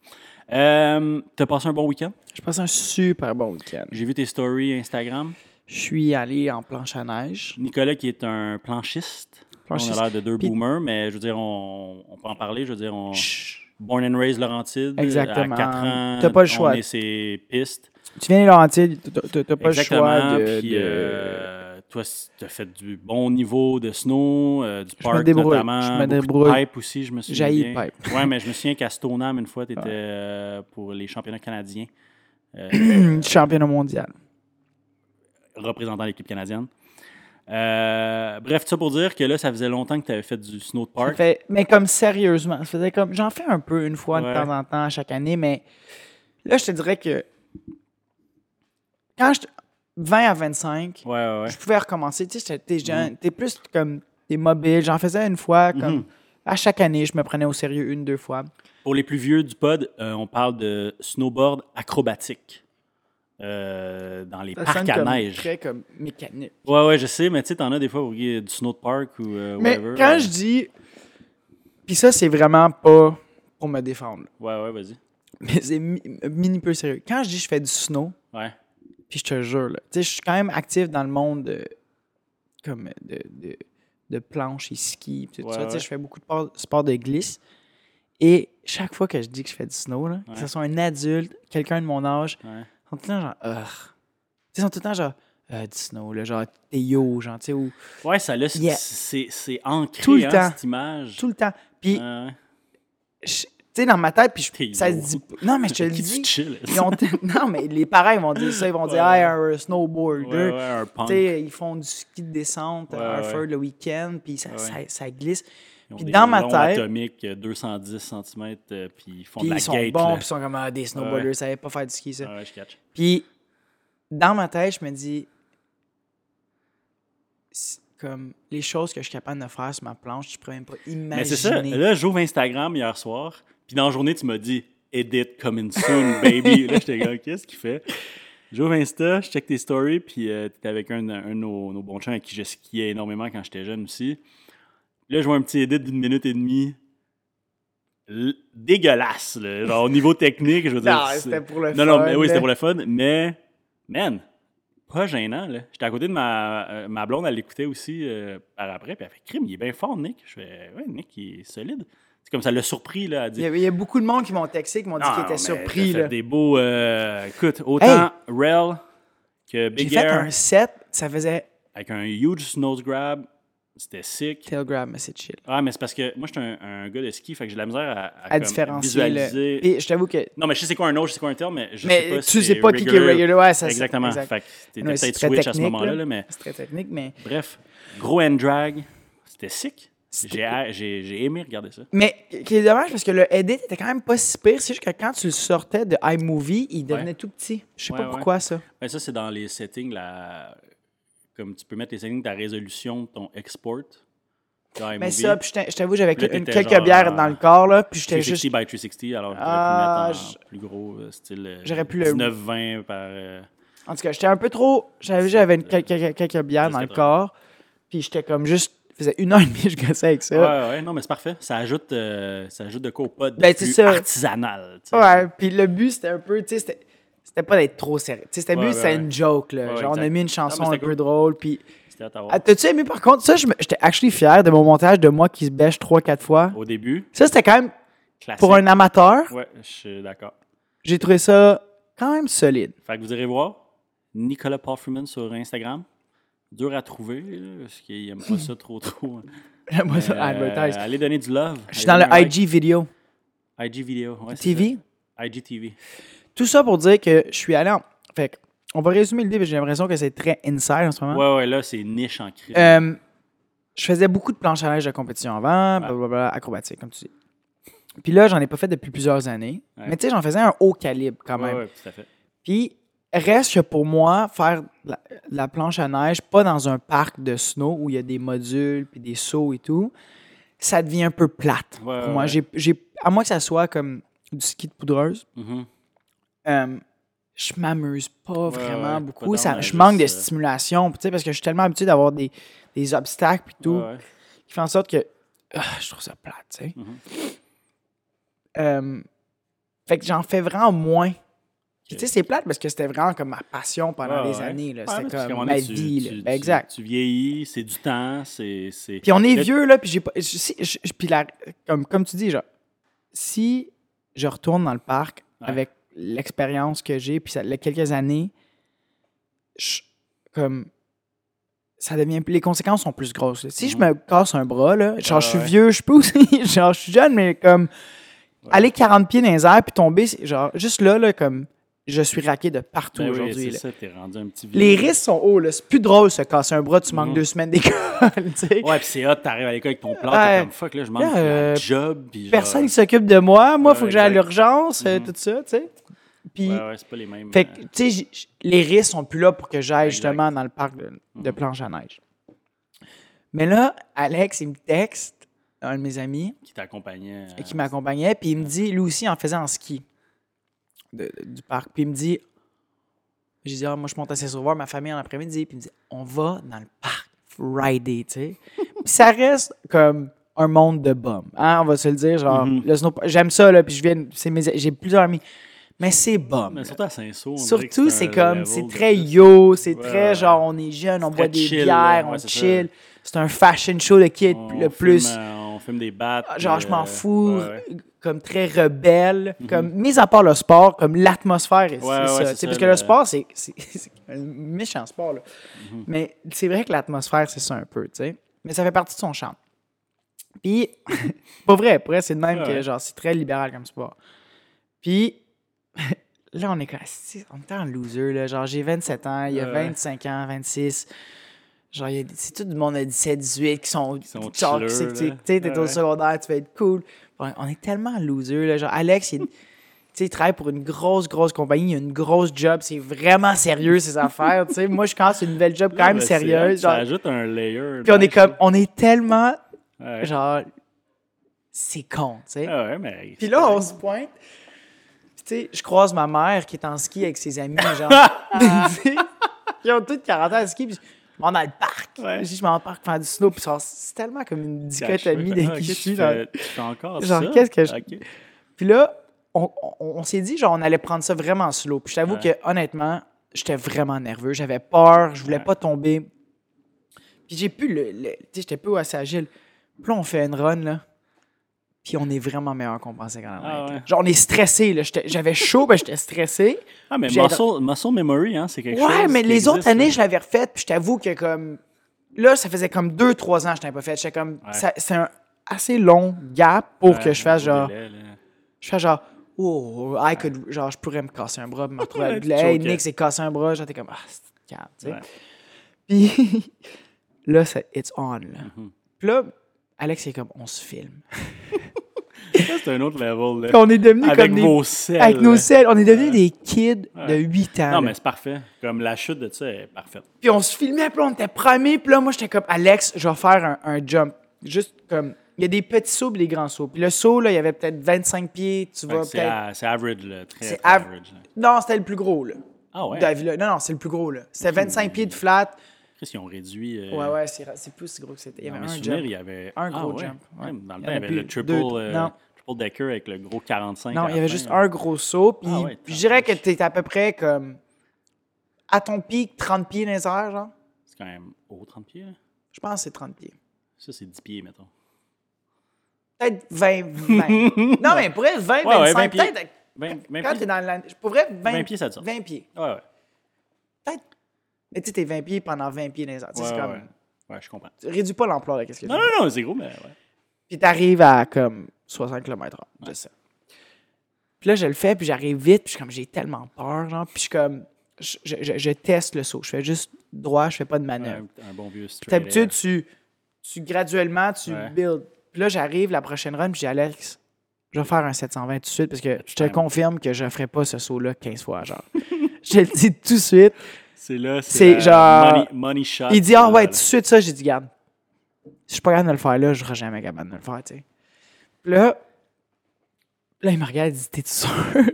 S1: Euh, T'as passé un bon week-end?
S2: Je passe un super bon week-end.
S1: J'ai vu tes stories Instagram.
S2: Je suis allé en planche à neige.
S1: Nicolas qui est un planchiste.
S2: Planchiste.
S1: On a l'air de deux
S2: Puis-
S1: boomers, mais je veux dire, on, on peut en parler. Je veux dire, on...
S2: Chut.
S1: born and raised Laurentide. euh,
S2: Exactement.
S1: À 4 ans,
S2: T'as pas le choix.
S1: on est ses pistes.
S2: Tu viens des Laurentides, t'as- t'as t'as pas le
S1: Exactement.
S2: choix de...
S1: puis,
S2: de-
S1: euh, toi, tu as fait du bon niveau de snow, euh, du
S2: me
S1: park
S2: débrouille,
S1: notamment.
S2: je me
S1: beaucoup de
S2: débrouille.
S1: Pipe aussi, je me souviens.
S2: J'haïs Ah.
S1: bien.
S2: le
S1: Ouais, mais je me souviens qu'à Stoneham, une fois, tu étais pour les championnats canadiens, euh,
S2: Hum, championnat mondial.
S1: [coughs] représentant l'équipe canadienne. Euh, bref, tout ça pour dire que là, ça faisait longtemps que tu avais fait du snow de
S2: Ça
S1: park.
S2: fait- mais comme sérieusement, ça faisait comme j'en fais un peu une fois
S1: Ouais.
S2: de temps en temps à chaque année, mais là je te dirais que quand je 20 à 25,
S1: Ouais, ouais, ouais. Mm.
S2: je pouvais recommencer. Tu sais, j'étais- t'es jeune, t'es plus comme t'es mobile. J'en faisais une fois,
S1: Mm-hmm.
S2: comme à chaque année, je me prenais au sérieux une deux fois.
S1: Pour les plus vieux du pod, euh, on parle de snowboard acrobatique euh, dans les
S2: Ça
S1: parcs
S2: sonne
S1: à
S2: comme
S1: neige.
S2: très comme mécanique.
S1: Ouais, ouais, je sais, mais tu sais, t'en as des fois où il y a du snow de park ou euh,
S2: Mais
S1: whatever.
S2: quand
S1: euh,
S2: je dis, puis ça c'est vraiment pas pour me défendre,
S1: Ouais, ouais, vas-y.
S2: mais c'est mi- mini peu sérieux. Quand je dis je fais du snow,
S1: Ouais.
S2: Puis je te jure, là, tu sais, je suis quand même actif dans le monde de, comme euh, de, de, de planche et ski. puis tout
S1: Ouais,
S2: ça. Tu sais,
S1: ouais.
S2: Je fais beaucoup de por- sport de glisse. Et chaque fois que je dis que je fais du snow, là, que ce
S1: Ouais.
S2: soit un adulte, quelqu'un de mon âge,
S1: Ouais.
S2: ils sont tout le temps genre, Ugh. Tu sais, Ils sont tout le temps genre, Ah, du snow, là, genre, t'es yo, genre, tu sais, ou
S1: Ouais, ça là, c'est-
S2: Yeah.
S1: c'est c'est ancré,
S2: Tout le
S1: hein,
S2: temps.
S1: cette image.
S2: tout le temps. Puis,
S1: Ouais, ouais.
S2: je- tu sais, dans ma tête, puis je-
S1: T'es
S2: ça se
S1: yo.
S2: dit. pas. Non, mais je te
S1: [laughs]
S2: le
S1: Qui tu
S2: dis.
S1: chill,
S2: ils ont t- non, mais les parents, ils vont dire ça. Ils vont dire,
S1: Ouais.
S2: hey, un snowboarder.
S1: Ouais, ouais, un punk.
S2: Tu sais, ils font du ski de descente
S1: Ouais,
S2: à Hartford
S1: ouais.
S2: le week-end, puis ça,
S1: Ouais.
S2: ça, ça glisse.
S1: Ils ont
S2: puis
S1: des
S2: dans ma
S1: longs
S2: tête-
S1: atomiques, euh, 210 cm, euh, puis ils font
S2: Puis
S1: de la
S2: ils sont
S1: gate,
S2: bons,
S1: là.
S2: puis ils sont comme ah, des snowboarders,
S1: Ouais.
S2: ça savait pas faire du ski, ça.
S1: Ouais, ouais, je catch.
S2: Puis dans ma tête, je me dis, c'est comme les choses que je suis capable de faire sur ma planche, je pourrais même pas imaginer.
S1: Mais c'est ça. Là, j'ouvre Instagram hier soir, puis dans la journée, tu m'as dit Edit coming soon, baby. là, j'étais comme, qu'est-ce qu'il fait? J'ouvre Insta, je check tes stories, puis euh, t'étais avec un, un de nos, nos bons chums avec qui je skiais énormément quand j'étais jeune aussi. Là, je vois un petit edit d'une minute et demie. L- dégueulasse, là. Genre, au niveau technique, je veux dire.
S2: Non,
S1: c'est-
S2: c'était pour le
S1: Non, non,
S2: fun,
S1: mais oui, c'était
S2: là.
S1: pour le fun, mais. Man! pas gênant. là. J'étais à côté de ma, euh, ma blonde, elle l'écoutait aussi euh, par après, puis elle fait crime, il est bien fort, Nick. Je fais ouais, Nick, il est solide. C'est comme ça l'a surpris, là, à
S2: Il
S1: dire.
S2: y, a, il y a beaucoup de monde qui m'ont texté, qui m'ont dit
S1: Non,
S2: qu'ils étaient
S1: mais
S2: surpris.
S1: t'as fait
S2: là.
S1: des beaux. euh, écoute, autant Rel que
S2: J'ai
S1: Big
S2: fait
S1: Air,
S2: un set, ça faisait
S1: avec un huge nose grab, c'était sick.
S2: Telegram, mais c'est chill.
S1: Ah, mais c'est parce que moi, je suis un, un gars de ski, fait que j'ai de la misère à, à
S2: À
S1: comme
S2: différencier. là.
S1: visualiser.
S2: Et je t'avoue que.
S1: Non, mais je sais c'est quoi un nose, je sais quoi un terme, mais je sais
S2: Mais
S1: pas
S2: tu
S1: si
S2: sais pas qui qui est
S1: regular.
S2: regular. Ouais, ça, c'est-
S1: Exactement.
S2: exact.
S1: Fait que t'étais
S2: Ouais, c'est
S1: peut-être
S2: très
S1: switch à ce
S2: technique,
S1: moment-là,
S2: là.
S1: là, mais
S2: C'est très technique, mais.
S1: bref, gros and drag, c'était sick.
S2: C'était-
S1: J'ai j'ai- j'ai aimé regarder ça.
S2: Mais qui est dommage parce que le edit était quand même pas si pire. C'est juste que quand tu le sortais de iMovie, il devenait
S1: Ouais.
S2: tout petit. Je sais
S1: Ouais,
S2: pas
S1: ouais.
S2: pourquoi ça.
S1: Ben, ça, c'est dans les settings, la... comme tu peux mettre les settings de ta résolution, de ton export. dans
S2: Mais
S1: iMovie.
S2: Ben, ça, puis je t'ai- je t'avoue, j'avais
S1: Là,
S2: une-
S1: t'étais
S2: quelques
S1: genre euh,
S2: bières
S1: en
S2: dans le corps, là, puis j'étais
S1: 360
S2: juste.
S1: by 360, alors j'aurais
S2: Ah,
S1: pu mettre en plus gros euh, style euh,
S2: J'aurais pu le-
S1: 19-20 par... euh,
S2: En tout cas, j'étais un peu trop. J'avais j'avais une- quelques, quelques- quelques bières dans le
S1: C'était
S2: corps, puis j'étais comme juste. faisait une heure et demie, je gossais avec ça.
S1: Ouais, ouais, non, mais c'est parfait. Ça ajoute, euh, ça ajoute de quoi au pod de
S2: Ben, c'est
S1: plus
S2: ça.
S1: artisanal. tu sais.
S2: Ouais, puis le but, c'était un peu, tu sais, c'était- c'était pas d'être trop sérieux. Tu sais, c'était le
S1: Ouais,
S2: but,
S1: ouais,
S2: c'était
S1: ouais.
S2: une joke, là.
S1: Ouais,
S2: Genre, on a
S1: exact.
S2: mis une
S1: Non,
S2: chanson
S1: mais
S2: un
S1: c'était
S2: peu drôle, puis...
S1: C'était à ta
S2: Ah, T'as-tu aimé, par contre, ça, je me- j'étais actually fier de mon montage de moi qui se bêche 3-4 fois.
S1: Au début,
S2: Ça, c'était quand même,
S1: classique.
S2: pour un amateur,
S1: Ouais, je suis d'accord.
S2: j'ai trouvé ça quand
S1: [laughs]
S2: même solide.
S1: Fait que vous irez voir Nicolas Pofferman sur Instagram. Dur à trouver, là, parce qu'il aime pas ça trop trop.
S2: Moi, [laughs] ça,
S1: Euh,
S2: advertise.
S1: allez donner du love.
S2: Je suis dans le
S1: Allez donner
S2: IG vidéo,
S1: un like. IG vidéo. ouais, c'est
S2: TV.
S1: ça. IGTV.
S2: Tout ça pour dire que je suis allé en... Fait que, on va résumer le livre, j'ai l'impression que c'est très inside en ce moment.
S1: Ouais, ouais, là, c'est niche en crise.
S2: Euh, je faisais beaucoup de planches à neige de compétition avant, blablabla, acrobatique, comme tu dis. Puis là, j'en ai pas fait depuis plusieurs années.
S1: Ouais.
S2: Mais tu sais, j'en faisais un haut calibre quand
S1: ouais,
S2: même.
S1: ouais, tout à fait.
S2: Puis reste que pour moi, faire de la, de la planche à neige, pas dans un parc de snow où il y a des modules puis des sauts et tout, ça devient un peu plate.
S1: Ouais,
S2: pour
S1: ouais,
S2: moi,
S1: ouais.
S2: J'ai- j'ai- à moins que ça soit comme du ski de poudreuse,
S1: Mhm.
S2: euh, je m'amuse pas vraiment
S1: ouais,
S2: beaucoup.
S1: pas
S2: Ça,
S1: dans la
S2: je manque de
S1: juste, euh,
S2: stimulation, tu sais, parce que je suis tellement habitué d'avoir des, des obstacles et tout
S1: Ouais, ouais.
S2: qui fait en sorte que ah, je trouve ça plate, tu sais.
S1: Mhm.
S2: Euh, fait que j'en fais vraiment moins. Puis, tu sais, c'est plate parce que c'était vraiment comme ma passion pendant
S1: Ouais,
S2: des
S1: ouais.
S2: années. là.
S1: Ouais, parce
S2: C'était
S1: qu'à un moment
S2: comme ma
S1: donné, tu-
S2: vie. là.
S1: tu-
S2: Ben,
S1: tu-
S2: exact.
S1: Tu vieillis, c'est du temps, c'est. c'est-
S2: Puis on est
S1: Le-
S2: vieux, là, puis j'ai pas... je- si- je- je- puis la- comme, comme tu dis, genre, si je retourne dans le parc
S1: Ouais.
S2: avec l'expérience que j'ai, puis ça, les quelques années, je- comme... Ça devient... Les conséquences sont plus grosses. là. Si je
S1: Mhm.
S2: me casse un bras, là, genre,
S1: Ouais,
S2: je suis
S1: ouais.
S2: vieux, je peux aussi... [laughs] genre, je suis jeune, mais comme...
S1: Ouais.
S2: Aller 40 pieds dans les airs, puis tomber, c'est- genre, juste là, là, comme... Je suis raqué de partout
S1: Ben oui,
S2: aujourd'hui, là.
S1: C'est ça, t'es rendu un petit vieux.
S2: Les risques sont hauts, là. C'est plus drôle, se casser un bras, tu manques
S1: Mhm.
S2: deux semaines d'école, [laughs] tu sais.
S1: Ouais, puis c'est hot, t'arrives à l'école avec ton plan, t'es
S2: Ouais.
S1: comme fuck, là, je manque de
S2: Euh,
S1: job. puis genre-
S2: personne qui s'occupe de moi. Moi, il faut
S1: Ouais,
S2: que j'aille à
S1: exact.
S2: l'urgence, euh,
S1: Mhm.
S2: tout ça, tu sais. Puis,
S1: Ouais, ouais, c'est pas les mêmes.
S2: fait que,
S1: euh,
S2: tu sais, j- j- les risques sont plus là pour que j'aille
S1: Exact.
S2: justement dans le parc de, de
S1: Mhm.
S2: planche à neige. Mais là, Alex, il me texte, un de mes amis,
S1: qui t'accompagnait. euh,
S2: et qui m'accompagnait, puis il me dit, lui aussi, en faisant en ski de- de- du parc, puis il me dit, j'ai dit, Ah, moi, je monte à Saint-Sauveur, ma famille en après-midi, puis il me dit, on va dans le parc Friday, tu sais. Puis ça reste comme un monde de bums, hein, on va se le dire, genre,
S1: Mhm.
S2: le snowboard- j'aime ça, là, puis je viens, c'est mes, j'ai plusieurs amis, mais c'est bum.
S1: Mais surtout à Saint-Saul. on dirait que
S2: Surtout, c'est
S1: un
S2: comme,
S1: level
S2: c'est
S1: de
S2: très
S1: plus.
S2: yo, c'est
S1: Ouais,
S2: très
S1: ouais.
S2: genre, on est jeune, on
S1: C'est
S2: boit
S1: très
S2: des
S1: chill,
S2: bières,
S1: ouais,
S2: on
S1: c'est ça.
S2: chill. C'est un fashion show de qui est
S1: On
S2: le plus
S1: Fume, euh, on fume des battes.
S2: Ah, genre
S1: puis,
S2: je m'en
S1: euh,
S2: fous
S1: ouais, ouais. Mhm.
S2: comme très rebelle comme mis à part le sport comme l'atmosphère c'est
S1: ouais,
S2: ça
S1: c'est
S2: tu sais,
S1: ça,
S2: parce que
S1: le-
S2: le sport c'est c'est- [laughs] c'est un méchant sport là.
S1: Mhm.
S2: mais c'est vrai que l'atmosphère c'est ça un peu tu sais mais ça fait partie de son charme puis [laughs] pas vrai pour vrai c'est de même
S1: Ouais,
S2: que
S1: ouais.
S2: genre c'est très libéral comme sport puis [laughs] là on est comme Ah, si- on est un loser là genre j'ai 27 ans il y a
S1: Ouais, ouais.
S2: 25 ans 26 Genre, il y a des- c'est tout le monde à 17, 18 qui sont. Qui
S1: sont
S2: tu sais,
S1: chilleux,
S2: tu sais,
S1: là.
S2: tu sais, t'es
S1: Ouais,
S2: au
S1: ouais.
S2: secondaire, tu vas être cool. On on est tellement loser, là. Genre, Alex,
S1: [laughs]
S2: il, tu sais, il travaille pour une grosse, grosse compagnie, il a une grosse job, c'est vraiment sérieux, ses affaires, tu sais. Moi, je casse une nouvelle job quand
S1: Ouais,
S2: même
S1: ben, c'est hot,
S2: sérieuse.
S1: Ça
S2: genre.
S1: ajoute un layer.
S2: Puis on est
S1: nice,
S2: comme, on est tellement,
S1: Ouais,
S2: genre, c'est con, tu sais.
S1: Ouais, ouais, mais.
S2: Puis là, on se pointe. Puis, tu sais, je croise ma mère qui est en ski avec ses amis,
S1: [laughs]
S2: genre. Tu sais, Ils ont toutes 40 ans à ski, puis je m'en vais dans le parc.
S1: Ouais.
S2: Je dis, je m'en vais au parc faire du snow, puis genre, c'est tellement comme une
S1: C'est achevé,
S2: dichotomie
S1: fait, [laughs]
S2: de
S1: ah,
S2: qui je
S1: ok,
S2: suis.
S1: tu
S2: dans-
S1: fais- tu fais encore
S2: Genre,
S1: ça?
S2: qu'est-ce que je-
S1: Ok.
S2: Puis là, on, on- on s'est dit, genre, on allait prendre ça vraiment slow. Puis je t'avoue
S1: Ouais.
S2: que, honnêtement, j'étais vraiment nerveux. J'avais peur. Je voulais
S1: Ouais.
S2: pas tomber. Puis j'ai pu le. le- tu sais, j'étais peu assez agile. Puis là, on fait une run, là. Puis on est vraiment meilleur qu'on pensait quand même.
S1: Ah ouais.
S2: Genre, on est stressé, là. J'étais- J'avais chaud, ben j'étais stressé.
S1: Ah, mais
S2: J'ai-
S1: muscle, muscle memory, hein, c'est quelque chose.
S2: Ouais, mais
S1: qui
S2: les
S1: existe,
S2: autres années,
S1: là.
S2: je l'avais refaite, puis je t'avoue que comme. Là, ça faisait comme 2-3 ans que je t'avais pas fait. J'étais comme.
S1: Ouais.
S2: ça- C'est un assez long gap pour
S1: Ouais,
S2: que je fasse
S1: au
S2: genre.
S1: délai, là.
S2: Je fais genre. Oh, I could. Genre, je pourrais me casser un [laughs] bras, puis me retrouver à
S1: Ouais, tu
S2: Blais. Hey,
S1: choquais.
S2: Nick s'est cassé un bras. J'étais comme. Ah, c'est calme, tu sais.
S1: Ouais.
S2: Puis [laughs] là, c'est it's on, là. Puis là, Alex est comme, on se filme.
S1: Ça, c'est un autre level,
S2: Puis
S1: là.
S2: [laughs] on est devenu
S1: Avec
S2: comme des.
S1: vos selles.
S2: avec nos
S1: là.
S2: selles, on est devenu des kids de
S1: Ouais.
S2: 8 ans.
S1: Non,
S2: là.
S1: mais c'est parfait. Comme la chute de ça est parfaite.
S2: Puis on se filmait, puis on était primés. Puis là, moi, j'étais comme, Alex, je vais faire un, un jump. Juste comme, il y a des petits sauts, puis des grands sauts. Puis le saut, là, il y avait peut-être 25 pieds, tu
S1: Fait
S2: vois,
S1: que C'est
S2: peut-être.
S1: à- c'est average, là. Très,
S2: C'est
S1: très
S2: av-
S1: average. là.
S2: Non, c'était le plus gros, là.
S1: Ah ouais. Mmh.
S2: Dave, là. Non, non, c'est le plus gros, là. C'était 25 pieds de flat.
S1: Qu'est-ce qu'ils ont réduit? euh,
S2: Ouais, ouais, c'est c'est plus gros que c'était. Il y
S1: Dans
S2: avait
S1: mes
S2: un
S1: souvenirs,
S2: jump.
S1: il y avait
S2: Un
S1: Ah,
S2: gros
S1: ouais.
S2: jump, ouais.
S1: Ouais, Dans le
S2: Il y
S1: temps, il y
S2: en a
S1: avait le
S2: plus
S1: triple,
S2: deux,
S1: euh,
S2: non.
S1: triple decker avec le gros 45.
S2: Non,
S1: à
S2: il y
S1: la
S2: avait
S1: fin,
S2: juste
S1: là.
S2: un gros saut. Puis
S1: Ah ouais,
S2: je dirais que
S1: tabarnouche.
S2: t'es à peu près comme, à ton pic, 30 pieds dans les airs, genre.
S1: C'est quand même haut, 30 pieds. là.
S2: Je pense que c'est 30 pieds.
S1: Ça, c'est 10 pieds, mettons.
S2: Peut-être 20,
S1: [laughs]
S2: 20. non, mais pour être 20,
S1: Ouais, ouais,
S2: 25,
S1: 20 pieds.
S2: peut-être.
S1: 20,
S2: Quand t'es
S1: pieds.
S2: dans le land- Pour vrai, 20,
S1: 20 pieds, ça te sort.
S2: 20 pieds.
S1: Ouais, ouais.
S2: Peut-être. Mais tu sais, t'es 20 pieds pendant 20 pieds dans les airs. Tu
S1: Ouais,
S2: sais, c'est
S1: ouais,
S2: comme.
S1: ouais. Ouais, je comprends.
S2: tu Réduis pas l'ampleur de qu'est-ce que tu
S1: Non, non, non, c'est gros, mais ouais.
S2: Puis t'arrives à comme 60 km/h de ça. Puis là, je le fais, puis j'arrive vite, puis je suis comme, j'ai tellement peur, genre. Puis je suis comme, je, je- je- je teste le saut. Je fais juste droit, je fais pas de
S1: Ouais,
S2: manœuvre.
S1: un, un bon vieux straight.
S2: D'habitude, tu, tu graduellement, tu
S1: Ouais.
S2: build. Puis là, j'arrive la prochaine run, puis j'ai Alex, je vais faire un 720 tout de suite parce que je te
S1: time.
S2: confirme que je ferai pas ce saut-là 15 fois, genre. [laughs] je le dis tout de suite.
S1: C'est là,
S2: c'est
S1: c'est
S2: genre-
S1: genre. Money, money shot.
S2: Il dit Ah
S1: là,
S2: ouais,
S1: là.
S2: tout de suite ça, j'ai dit Garde, si je suis pas capable de le faire là, je serai jamais capable de le faire, tu sais. Puis là, là, il me regarde, il dit T'es sûr [laughs]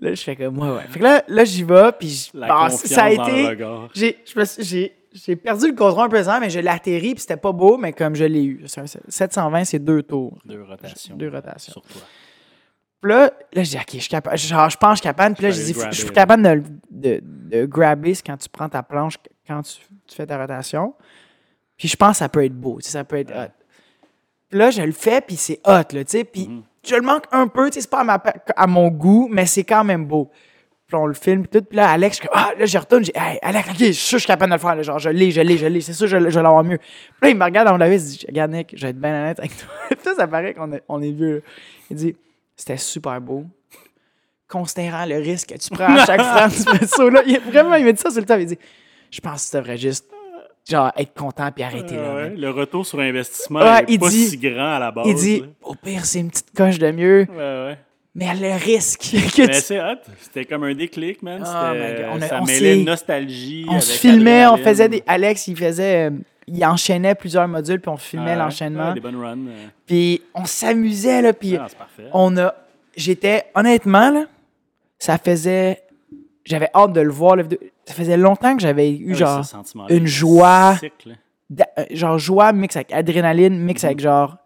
S2: Là, je fais comme Ouais, ouais. Fait que là, là j'y vais, puis je.
S1: La
S2: Ah,
S1: confiance
S2: ça a
S1: dans le
S2: été.
S1: regard.
S2: J'ai, je me suis- j'ai, j'ai perdu le contrôle un peu avant, mais je l'ai atterri, puis c'était pas beau, mais comme je l'ai eu. C'est un 720, c'est deux tours.
S1: Deux rotations.
S2: Deux rotations.
S1: Sur toi.
S2: Puis là, là, je dis, OK, je, suis capable, genre, je pense que je suis capable. Puis là,
S1: Je
S2: je
S1: peux
S2: dis,
S1: aller
S2: faut-
S1: le
S2: je suis
S1: grabber,
S2: capable de, le- de, de grabber c'est quand tu prends ta planche, quand tu, tu fais ta rotation. Puis je pense que ça peut être beau, tu sais, ça peut être
S1: Ouais.
S2: hot. Puis là, je le fais, puis c'est hot, là, tu sais. Puis
S1: Mhm.
S2: je le manque un peu, tu sais, c'est pas à, ma pa- à mon goût, mais c'est quand même beau. Puis on le filme, puis tout. Puis là, Alex, je suis comme, ah, là, je retourne, j'ai, hey, Alex, OK, je suis sûr que je suis capable de le faire, là, genre, je l'ai, je l'ai, je l'ai, c'est sûr, je, l'ai- je vais l'avoir mieux. Puis là, il me regarde, on l'avait, il dit, regarde, Nick, je vais être bien honnête avec toi. [laughs] puis là, ça paraît qu'on est, on est vieux, là. Il dit, c'était super beau. Considérant le risque que tu prends
S1: [laughs]
S2: à chaque fois que tu fais ça, là, il, vraiment, il m'a dit ça sur le temps. Il dit, je pense que tu devrais juste genre, être content puis arrêter là.
S1: Ouais,
S2: man.
S1: le retour sur investissement
S2: Ouais,
S1: est
S2: il
S1: pas
S2: dit-
S1: si grand à la base.
S2: Il dit,
S1: là.
S2: au pire, c'est une petite coche de mieux,
S1: Ouais, ouais.
S2: mais le risque
S1: [laughs]
S2: que
S1: Mais
S2: tu
S1: c'est hot. C'était comme un déclic, man.
S2: Ah,
S1: C'était- euh,
S2: my God. On a-
S1: ça
S2: on
S1: mêlait
S2: s'est-
S1: nostalgie.
S2: On se
S1: avec
S2: filmait, on
S1: adrénaline.
S2: faisait des. Alex, il faisait. euh, il enchaînait plusieurs modules, puis on filmait
S1: Ouais,
S2: l'enchaînement.
S1: ouais, Des bonnes runs. euh.
S2: Puis on s'amusait, là. Puis
S1: Ah, c'est parfait.
S2: on a. J'étais. Honnêtement, là, ça faisait. J'avais hâte de le voir. le vidéo. Ça faisait longtemps que j'avais eu,
S1: Ah oui,
S2: genre,
S1: ce sentiment-là,
S2: une
S1: il est
S2: joie.
S1: sick, là.
S2: d'a- euh, Genre, joie mix avec adrénaline,
S1: Mm-hmm.
S2: mix avec, genre.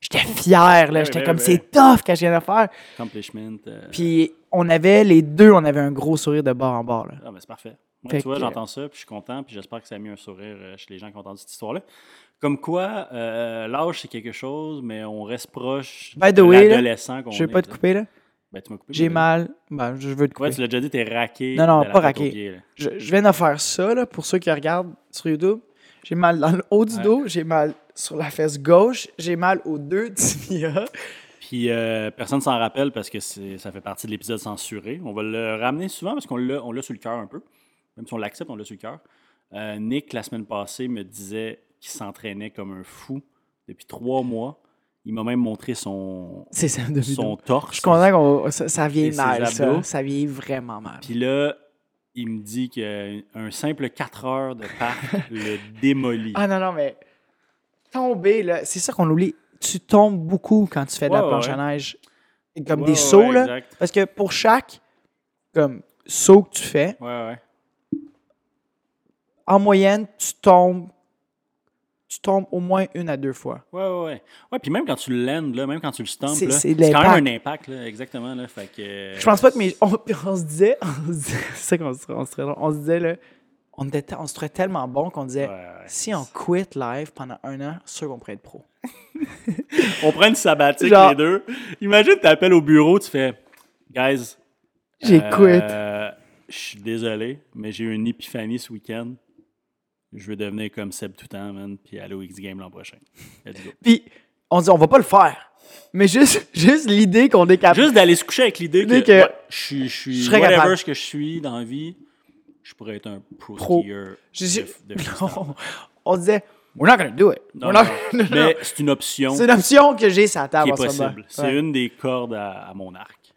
S2: J'étais fier, là.
S1: Ouais,
S2: J'étais
S1: ouais,
S2: comme,
S1: ouais.
S2: c'est tough quand je viens de faire.
S1: Accomplishment. euh,
S2: Puis on avait, les deux, on avait un gros sourire de bord en bord, là.
S1: Ah, ben, c'est parfait. Moi,
S2: Fait
S1: tu vois,
S2: que-
S1: j'entends ça, puis je suis content, puis j'espère que ça a mis un sourire euh, chez les gens qui ont entendu cette histoire-là. Comme quoi, euh, l'âge, c'est quelque chose, mais on reste proche
S2: By the
S1: de
S2: way, là,
S1: l'adolescent qu'on
S2: Je
S1: est,
S2: vais pas te
S1: là.
S2: couper, là.
S1: Ben, tu m'as coupé.
S2: J'ai
S1: mais-
S2: mal. Ben, je veux te couper.
S1: Ouais, tu l'as déjà dit, t'es raqué.
S2: Non, non,
S1: de la
S2: pas
S1: tête aux
S2: raqué.
S1: pieds, là.
S2: je, je viens de faire ça, là, pour ceux qui regardent sur YouTube. J'ai mal dans le haut du
S1: Ouais.
S2: dos, j'ai mal sur la fesse gauche, j'ai mal aux deux [laughs] tibias.
S1: Puis euh, personne s'en rappelle parce que c'est- ça fait partie de l'épisode censuré. On va le ramener souvent parce qu'on l'a on l'a sur le cœur un peu. Même si on l'accepte, on l'a sur le cœur. Euh, Nick, la semaine passée, me disait qu'il s'entraînait comme un fou depuis trois mois. Il m'a même montré son,
S2: C'est ça, de
S1: son
S2: Je
S1: torse.
S2: suis content qu'on. Ça, ça vieillit
S1: Et ses
S2: mal, ça.
S1: abdos.
S2: Ça vieillit vraiment mal.
S1: Puis là, il me dit qu'un simple 4 heures de
S2: [laughs]
S1: parc le démolit.
S2: Ah non, non, mais. Tomber, là, c'est ça qu'on oublie. Tu tombes beaucoup quand tu fais de la
S1: Ouais,
S2: planche
S1: ouais.
S2: à neige. Et Comme
S1: Ouais,
S2: des
S1: ouais,
S2: sauts, là.
S1: exact.
S2: Parce que pour chaque comme, saut que tu fais,
S1: Ouais, ouais.
S2: en moyenne, tu tombes tu tombes au moins une à deux fois.
S1: Ouais, ouais, ouais. Ouais, puis même quand tu le landes, là, même quand tu le stompes,
S2: C'est-
S1: là,
S2: c'est
S1: c'est quand
S2: l'impact.
S1: même un impact, là, exactement. Là, fait que, euh,
S2: Je pense pas que mais on, puis on se disait, [laughs] on se disait, c'est ça qu'on se, on se, on se disait là, on, était, te- on se trouvait tellement bon qu'on disait,
S1: ouais, ouais.
S2: si on quit live pendant un an, sûr qu'on pourrait être pro.
S1: On prend une sabbatique,
S2: Genre-
S1: les deux. Imagine, t'appelles au bureau, tu fais Guys,
S2: J'ai quit.
S1: euh, Je suis désolé, mais j'ai eu une épiphanie ce week-end. Je veux devenir comme Seb tout le temps, man, puis aller au X Game l'an prochain. Let's go.
S2: Puis on dit, on va pas le faire. Mais juste, [laughs] juste l'idée qu'on est capable.
S1: Juste d'aller se coucher avec l'idée que,
S2: L'idée Ah, que-
S1: ouais, je suis, je suis
S2: Je serais
S1: whatever
S2: capable.
S1: ce que je suis dans la vie, je pourrais être un pro,
S2: Pro.
S1: skier.
S2: Je- [laughs]
S1: de- de freestyle.
S2: on, on disait, we're not gonna do it.
S1: Non, non,
S2: We're not
S1: non.
S2: gonna-
S1: Mais c'est une option
S2: [laughs] C'est une option que j'ai sur la
S1: qui
S2: table
S1: est
S2: en ce moment.
S1: possible. C'est
S2: Ouais.
S1: une des cordes à, à mon arc.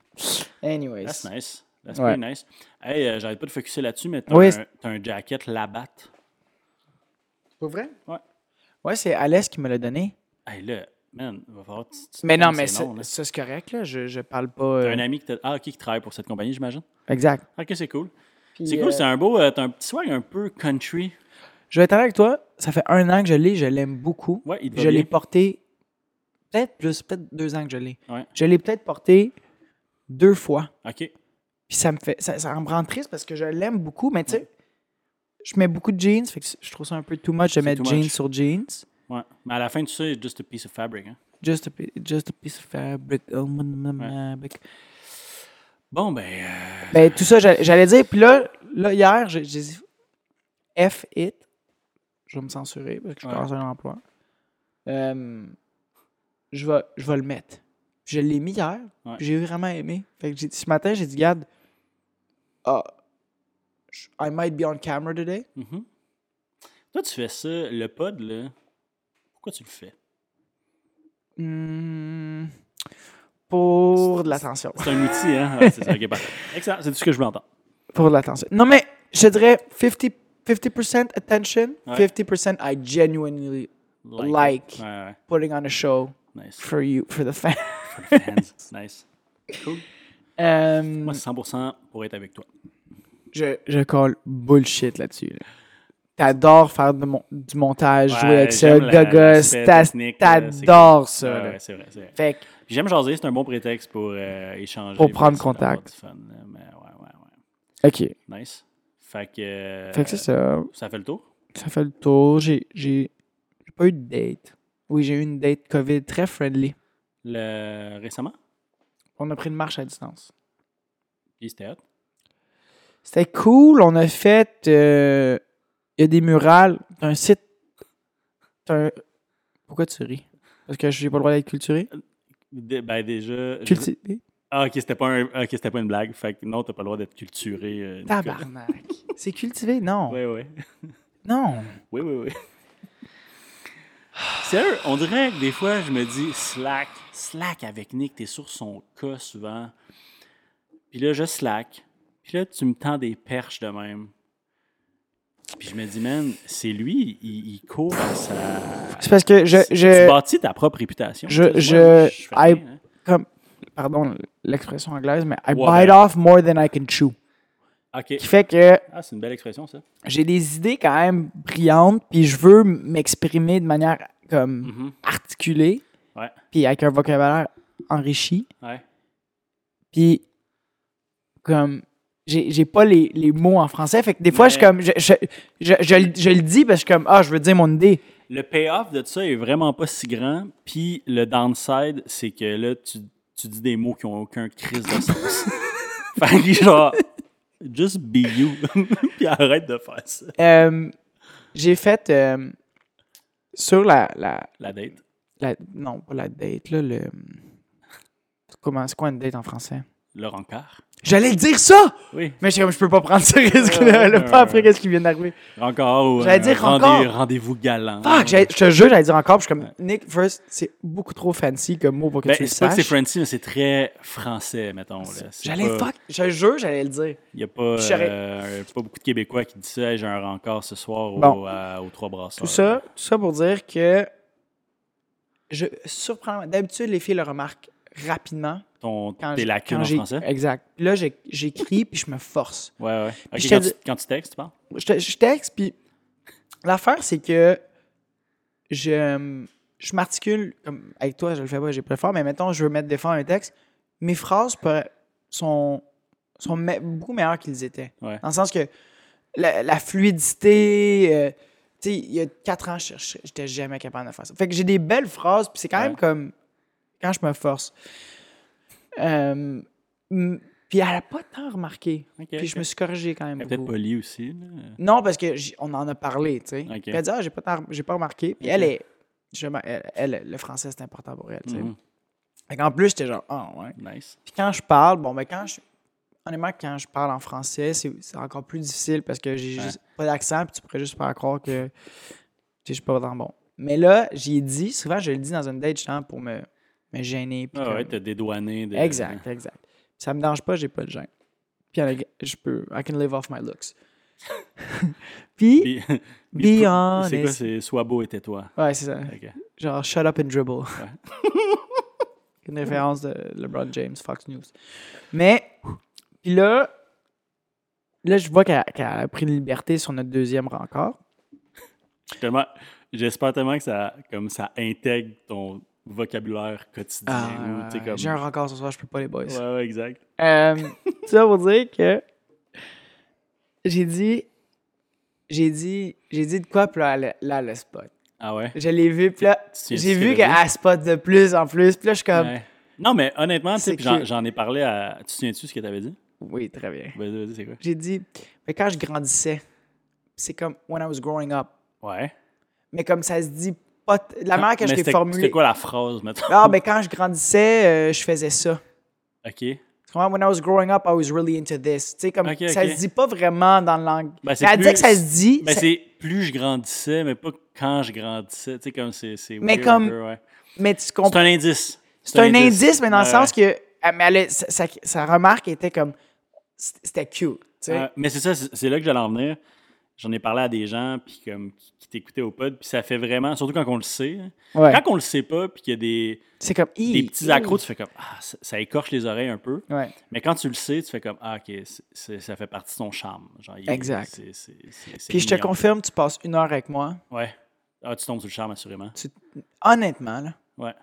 S2: Anyways.
S1: That's nice. That's
S2: Ouais.
S1: pretty nice. Hey, euh, j'arrête pas de focusser là-dessus, mais t'as
S2: Oui,
S1: un,
S2: c'est-
S1: t'as un jacket Labatt.
S2: Pour vrai?
S1: Ouais.
S2: Ouais, c'est Alès qui me l'a donné.
S1: Hey, là, man, va falloir. que tu- tu te
S2: Mais non,
S1: donnes
S2: mais
S1: ces
S2: ça,
S1: noms, là.
S2: ça, c'est correct, là. Je, je parle pas.
S1: T'as
S2: euh,
S1: un ami qui, t'a- ah, ok, qui travaille pour cette compagnie, j'imagine.
S2: Exact.
S1: Ok, c'est cool.
S2: Puis,
S1: C'est
S2: euh,
S1: cool, c'est un beau. euh, T'as un petit swag un peu country.
S2: Je vais être honnête avec toi. Ça fait un an que je l'ai. Je l'aime beaucoup.
S1: Ouais, il te va
S2: je
S1: bien.
S2: l'ai porté peut-être plus, peut-être deux ans que je l'ai.
S1: Ouais.
S2: Je l'ai peut-être porté deux fois.
S1: Ok.
S2: Puis ça me fait. Ça, ça me rend triste parce que je l'aime beaucoup, mais tu sais, je mets beaucoup de jeans. Fait que je trouve ça un peu too much de
S1: C'est
S2: mettre
S1: too
S2: jeans
S1: much.
S2: sur jeans.
S1: Ouais. Mais à la fin, tu sais, it's just a piece of fabric. Hein?
S2: Just a, pi- just a piece of fabric. Oh, my- my- my- my-
S1: Bon, ben. euh,
S2: Ben, tout ça, j'allais j'allais dire. Puis là, là hier, j'ai j'ai dit F it. Je vais me censurer parce que je
S1: Ouais.
S2: pense à un emploi. Euh, je, vais, je vais le mettre. Je l'ai mis hier.
S1: Ouais.
S2: J'ai vraiment aimé. Fait que j'ai- ce matin, j'ai dit, garde, ah, je- I might be on camera today.
S1: mhm. Toi, tu fais ça, le pod, là. Pourquoi tu le fais?
S2: Hmm, pour de l'attention.
S1: C'est un outil, hein? Ouais, c'est ça, ok, parfait.
S2: [laughs]
S1: Excellent, c'est tout ce que je voulais entendre.
S2: Pour de l'attention. Non, mais je dirais 50%, 50% attention,
S1: Ouais.
S2: 50% I genuinely Like.
S1: Ouais, ouais,
S2: putting on a show.
S1: nice.
S2: for you, for the fans.
S1: Hands,
S2: [laughs]
S1: nice. Cool.
S2: Euh,
S1: Moi, c'est 100% pour être avec toi.
S2: je, je colle bullshit là-dessus. là. T'adores faire de mon- du montage,
S1: Ouais,
S2: jouer avec ça,
S1: j'aime la-
S2: de gosse.
S1: l'aspect
S2: t'as-
S1: technique, là, c'est
S2: T'adores ça.
S1: Ouais,
S2: là.
S1: ouais, c'est vrai, c'est vrai.
S2: Fait que,
S1: Puis J'aime jaser, c'est un bon prétexte pour euh, échanger.
S2: Pour
S1: puis
S2: prendre
S1: essayer d'avoir
S2: contact.
S1: du fun, là, mais ouais, ouais,
S2: OK.
S1: ouais. Nice. Fait que. euh,
S2: Fait que c'est ça.
S1: Ça fait le tour?
S2: Ça fait le tour. J'ai j'ai- j'ai pas eu de date. Oui, j'ai eu une date COVID très friendly.
S1: Le... Récemment?
S2: On a pris une marche à distance.
S1: Puis c'était hot.
S2: C'était cool. On a fait. euh, Il y a des murales. T'as un site. t'as un- Pourquoi tu ris? Parce que j'ai pas le droit d'être culturé.
S1: Dé- ben déjà. je-
S2: Cultivé.
S1: Ah, ok, c'était pas, un... ok, c'était pas une blague. Fait que non, t'as pas le droit d'être culturé. euh, Nicolas.
S2: Tabarnak. Ah bah. C'est cultivé, non.
S1: Ouais, ouais.
S2: Non.
S1: Oui, oui, oui. [laughs] Sérieux, on dirait que des fois, je me dis slack, slack avec Nick, t'es sur son cas souvent. Puis là, je slack. Puis là, tu me tends des perches de même. Puis je me dis, man, c'est lui, il, il court à sa.
S2: C'est parce que je.
S1: Tu
S2: je
S1: bâtis ta propre réputation.
S2: Je-
S1: Tu sais,
S2: je-
S1: moi, fais
S2: I-
S1: rien, hein.
S2: comme, pardon l'expression anglaise, mais I
S1: Ouais.
S2: bite off more than I can chew.
S1: Ok.
S2: Qui fait que
S1: Ah, c'est une belle expression, ça.
S2: j'ai des idées quand même brillantes, puis je veux m'exprimer de manière comme
S1: Mhm.
S2: articulée,
S1: Ouais,
S2: puis avec un vocabulaire enrichi.
S1: ouais.
S2: Puis, comme, j'ai j'ai pas les, les mots en français. Fait que des fois,
S1: Mais-
S2: je, comme, je, je, je, je le- je le dis parce que je suis comme, ah, je veux dire mon idée.
S1: Le payoff de ça est vraiment pas si grand. Puis le downside, c'est que là, tu, tu dis des mots qui ont aucun crise de
S2: [laughs]
S1: sens. fait que genre, just be you. [laughs] puis arrête de faire ça.
S2: Euh, j'ai fait euh, sur la, la,
S1: La date.
S2: la- Non, pas la date, là, le. Comment, c'est quoi une date en français?
S1: Le rencard.
S2: J'allais le dire ça!
S1: Oui.
S2: Mais je, je peux pas prendre ce
S1: Ouais,
S2: risque-là,
S1: ouais,
S2: là,
S1: ouais,
S2: pas après
S1: ouais.
S2: ce qui vient d'arriver.
S1: Rencard ou euh,
S2: J'allais dire rencard.
S1: rendez-vous galant.
S2: Fuck, j'allais- je te jure, j'allais dire encore, puis je suis comme, Nick, first, c'est beaucoup trop fancy comme mot pour que
S1: Ben,
S2: tu le
S1: c'est pas que c'est
S2: saches.
S1: Frenzy, mais c'est très français, mettons. là. C'est
S2: J'allais,
S1: pas-
S2: fuck, je te jure, j'allais le dire.
S1: Il n'y a pas,
S2: Puis j'aurais-
S1: euh, pas beaucoup de Québécois qui disent ça. Hey, J'ai un rencard ce soir au-
S2: Bon.
S1: à- aux Trois Brasseurs.
S2: Tout ça, tout ça pour dire que je surprends. D'habitude, les filles le remarquent rapidement
S1: Ton,
S2: quand
S1: tes
S2: je-
S1: lacunes
S2: quand
S1: en
S2: j'ai-
S1: français.
S2: Exact. Puis Là, j'ai- j'écris puis je me force.
S1: Ouais, ouais. Ok,
S2: je te
S1: quand,
S2: dis-
S1: tu, quand tu textes, tu parles?
S2: Je, te- je texte puis l'affaire c'est que je, je m'articule, comme avec toi, je le fais pas, j'ai pas le faire, mais mettons, je veux mettre des fois un texte, mes phrases pourraient- sont, sont me- beaucoup meilleures qu'ils étaient.
S1: Ouais.
S2: Dans le sens que la, la fluidité, euh, tu sais, il y a quatre ans, je cherchais- j'étais jamais capable de faire ça. Fait que j'ai des belles phrases, puis c'est quand même
S1: Ouais.
S2: comme quand je me force. Euh, m- puis elle a pas tant remarqué.
S1: Ok,
S2: Puis je me suis corrigé quand même.
S1: peut-être
S2: beaucoup.
S1: polie aussi. là.
S2: Non, parce que j- on en a parlé, tu sais.
S1: Ok.
S2: Puis Elle dit, ah, j'ai pas, tant- j'ai pas remarqué. Puis
S1: Ok.
S2: elle est. justement, elle, elle- le français, c'est important pour elle, tu sais.
S1: Mhm.
S2: Fait qu'en plus, j'étais genre, ah, ouais.
S1: Nice.
S2: Puis quand je parle, bon, ben quand je. Honnêtement, quand je parle en français, c'est c'est encore plus difficile parce que j'ai
S1: Ouais.
S2: juste pas d'accent, puis tu pourrais juste faire croire que tu sais, je suis pas autant bon. Mais là, j'y ai dit, souvent je le dis dans une date, justement, pour me, me gêner. puis
S1: Ah ouais,
S2: comme-
S1: t'as dédouané. De...
S2: Exact, exact. Ça me dérange pas, j'ai pas de gêne. Puis elle a- je peux. I can live off my looks. [laughs] puis,
S1: [laughs] Puis-
S2: be,
S1: puis-
S2: honest.
S1: C'est quoi, c'est Sois beau et tais-toi.
S2: Ouais, c'est ça.
S1: Ok.
S2: Genre, shut up and dribble. [laughs] Une référence de LeBron James, Fox News. Mais, puis là, là, je vois qu'elle qu'elle a pris une liberté sur notre deuxième rencontre.
S1: Tellement- J'espère tellement que ça, comme ça intègre ton vocabulaire quotidien. ou, tu sais, comme-
S2: Ah, J'ai un rencard ce soir, je peux pas les boys.
S1: Ouais, ouais, exact.
S2: Euh,
S1: [laughs]
S2: tout ça pour dire que j'ai dit, j'ai dit, j'ai dit de quoi, puis là, elle- là, le spot.
S1: Ah ouais?
S2: Je l'ai vu, puis là,
S1: Tu te souviens
S2: j'ai
S1: de ce
S2: vu
S1: qu'elle a
S2: qu'elle spot de plus en plus, puis là, je suis comme,
S1: Ouais. Non, mais honnêtement, tu sais,
S2: C'est
S1: puis j'en
S2: que-
S1: j'en ai parlé à. Tu te souviens-tu ce que t'avais dit?
S2: oui, très bien.
S1: Vas-y, vas-y, c'est quoi?
S2: J'ai dit, mais quand je grandissais, c'est comme when I was growing up.
S1: Ouais.
S2: Mais comme ça se dit pas. t- La manière que
S1: Ah, Mais
S2: je l'ai
S1: c'était-
S2: formulée.
S1: C'était quoi la phrase, maintenant?
S2: Ah, ben quand je grandissais, euh, je faisais ça.
S1: [laughs] OK.
S2: Tu comprends? When I was growing up, I was really into this. Tu sais, comme
S1: Ok,
S2: ça
S1: ok.
S2: se dit pas vraiment dans le langue.
S1: Ben, c'est
S2: elle disait
S1: plus-
S2: que ça se dit.
S1: Ben,
S2: ça-
S1: c'est plus je grandissais, mais pas quand je grandissais. Tu sais, comme c'est. c'est
S2: Mais
S1: weird un
S2: comme-
S1: peu, ouais.
S2: mais tu
S1: C'est
S2: comprends.
S1: un indice.
S2: C'est un, indice, mais dans le
S1: Ouais,
S2: sens que. ah, Mais elle a- sa, sa- sa remarque était comme. c- C'était cute. Tu sais.
S1: Ouais, mais c'est ça, c'est c'est là que j'allais en venir. J'en ai parlé à des gens puis comme, qui, qui t'écoutaient au pod, puis ça fait vraiment, surtout quand on le sait. hein.
S2: Ouais.
S1: Quand on le sait pas, puis qu'il y a des,
S2: C'est comme. Hi,
S1: des petits
S2: hi.
S1: accros, tu fais comme Ah, ça, ça écorche les oreilles un peu.
S2: Ouais.
S1: Mais quand tu le sais, tu fais comme Ah, ok, c'est- c'est- ça fait partie de son charme. Genre, il-
S2: Exact.
S1: c'est- c'est- c'est- c'est
S2: Puis je te
S1: mignon.
S2: confirme, tu passes une heure avec moi.
S1: Ouais. Ah, tu tombes sur le charme, assurément.
S2: Tu- Honnêtement, là.
S1: Ouais.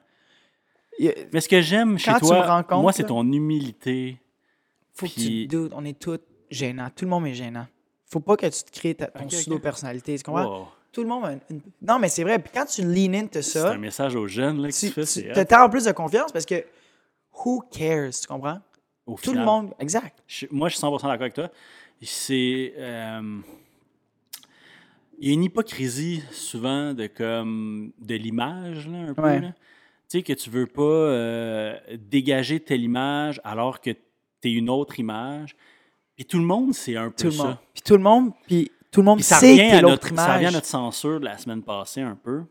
S2: il y a-
S1: Mais ce que j'aime chez
S2: Quand tu
S1: toi,
S2: me rencontres,
S1: moi, c'est
S2: là-
S1: ton humilité.
S2: Faut que
S1: Puis-
S2: tu te doutes, on est tous gênants. Tout le monde est gênant. Faut pas que tu te crées ta, ton
S1: Ok, ok.
S2: pseudo-personnalité. Tu comprends?
S1: Wow.
S2: Tout le monde a une, une- Non, mais c'est vrai. Puis quand tu lean into
S1: C'est
S2: ça,
S1: un message aux jeunes là, que tu,
S2: tu,
S1: fais.
S2: tu-
S1: c'est
S2: t'as
S1: hot.
S2: tant plus de confiance parce que who cares? Tu comprends?
S1: Au
S2: Tout le
S1: final.
S2: monde. Exact.
S1: Je- moi, je suis 100% d'accord avec toi. C'est. euh, il y a une hypocrisie souvent de comme de l'image, là, un peu.
S2: Ouais.
S1: là. Tu sais, que tu veux pas euh, dégager telle image alors que tu es une autre image. Et tout le monde, c'est un peu
S2: Tout le
S1: ça.
S2: monde. Puis tout le monde, puis tout le monde
S1: Puis ça
S2: sait
S1: revient,
S2: que
S1: à
S2: l'autre
S1: notre, ça revient à
S2: image.
S1: notre censure de la semaine passée un peu.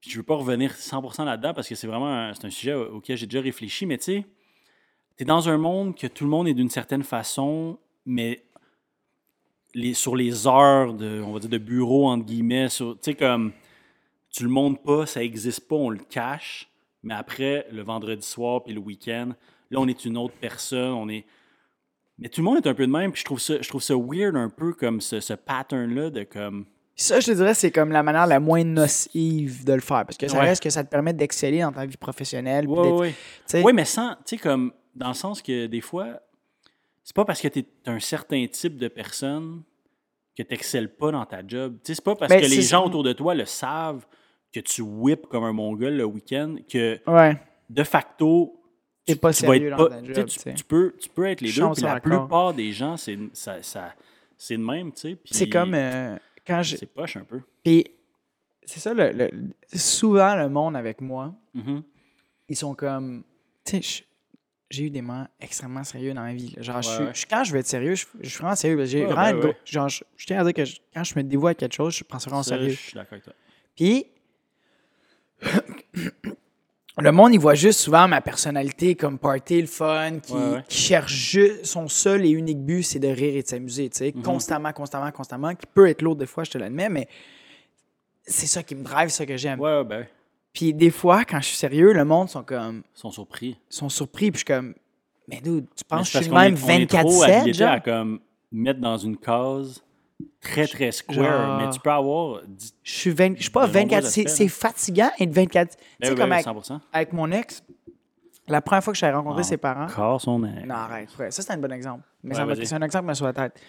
S1: Puis je veux pas revenir 100% là-dedans parce que c'est vraiment un, c'est un sujet au- auquel j'ai déjà réfléchi. Mais tu sais, t'es dans un monde que tout le monde est d'une certaine façon, mais les, sur les heures de, on va dire, de bureau, entre guillemets, sur- tu sais, comme tu le montes pas, ça existe pas, on le cache. Mais après, le vendredi soir puis le week-end, là, on est une autre personne, on est... Mais tout le monde est un peu de même, puis je trouve ça, je trouve ça weird un peu comme ce, ce pattern-là de comme...
S2: Ça, je te dirais, c'est comme la manière la moins nocive de le faire parce que ça
S1: Ouais.
S2: reste que ça te permet d'exceller dans ta vie professionnelle. puis
S1: Ouais,
S2: d'être-
S1: ouais.
S2: tu sais,
S1: Oui, mais sans, tu sais, comme, dans le sens que des fois, c'est pas parce que t'es un certain type de personne que t'excelles pas dans ta job. Tu sais, c'est pas parce
S2: Ben,
S1: que les
S2: c'est-
S1: gens autour de toi le savent que tu whips comme un mongol le week-end que
S2: ouais.
S1: de facto,
S2: T'es
S1: tu,
S2: pas
S1: tu vas
S2: sérieux
S1: être
S2: dans
S1: pas-
S2: ta
S1: tu sais,
S2: job,
S1: tu-
S2: tu sais.
S1: tu peux, tu peux être les
S2: Je suis
S1: deux, puis la
S2: 100% d'accord.
S1: plupart des gens, c'est ça, ça- c'est de même, tu sais. puis
S2: C'est comme euh, quand je,
S1: C'est poche un peu.
S2: Puis, c'est ça, le, le- souvent, le monde avec moi,
S1: Mhm.
S2: ils sont comme. Tu sais, je- j'ai eu des moments extrêmement sérieux dans ma vie. là. Genre, je
S1: Ouais,
S2: suis-
S1: ouais.
S2: je suis- quand je veux être sérieux, je, je suis vraiment sérieux. parce que J'ai
S1: Ouais,
S2: vraiment
S1: ben
S2: une gro-
S1: ouais.
S2: Genre, je, je tiens à dire que je- quand je me dévoue à quelque chose, je prends ça vraiment
S1: Ça,
S2: sérieux.
S1: Je suis d'accord avec toi.
S2: Puis, le monde, il voit juste souvent ma personnalité comme party, le fun, qui,
S1: Ouais, ouais.
S2: qui cherche juste son seul et unique but, c'est de rire et de s'amuser, tu sais,
S1: Mhm.
S2: constamment, constamment, constamment, qui peut être lourd des fois, je te l'admets, mais c'est ça qui me drive, c'est ça que j'aime.
S1: Ouais, ouais, ben,
S2: Puis des fois, quand je suis sérieux, le monde sont comme,
S1: ils sont surpris.
S2: sont surpris, puis je suis comme, mais dude, tu
S1: Mais
S2: penses
S1: c'est
S2: que
S1: parce
S2: je suis
S1: qu'on
S2: le même
S1: est- on est trop
S2: 24-7,
S1: habilité
S2: genre?
S1: à comme mettre dans une case très, très square,
S2: Genre-
S1: mais tu peux avoir. dix-
S2: Je suis, 20 je suis pas
S1: De nombreux
S2: 24. C'est,
S1: aspects,
S2: c'est fatigant être 24. tu
S1: Ben
S2: sais,
S1: oui, ben
S2: comme
S1: oui,
S2: avec,
S1: 100
S2: avec mon ex, la première fois que j'ai rencontré ses parents.
S1: Encore son ex.
S2: Hein? Non, arrête. ouais, ça, c'est un bon exemple. Mais
S1: Ouais,
S2: ça m'a
S1: vas-y.
S2: pris un exemple, mais sur la tête. Tu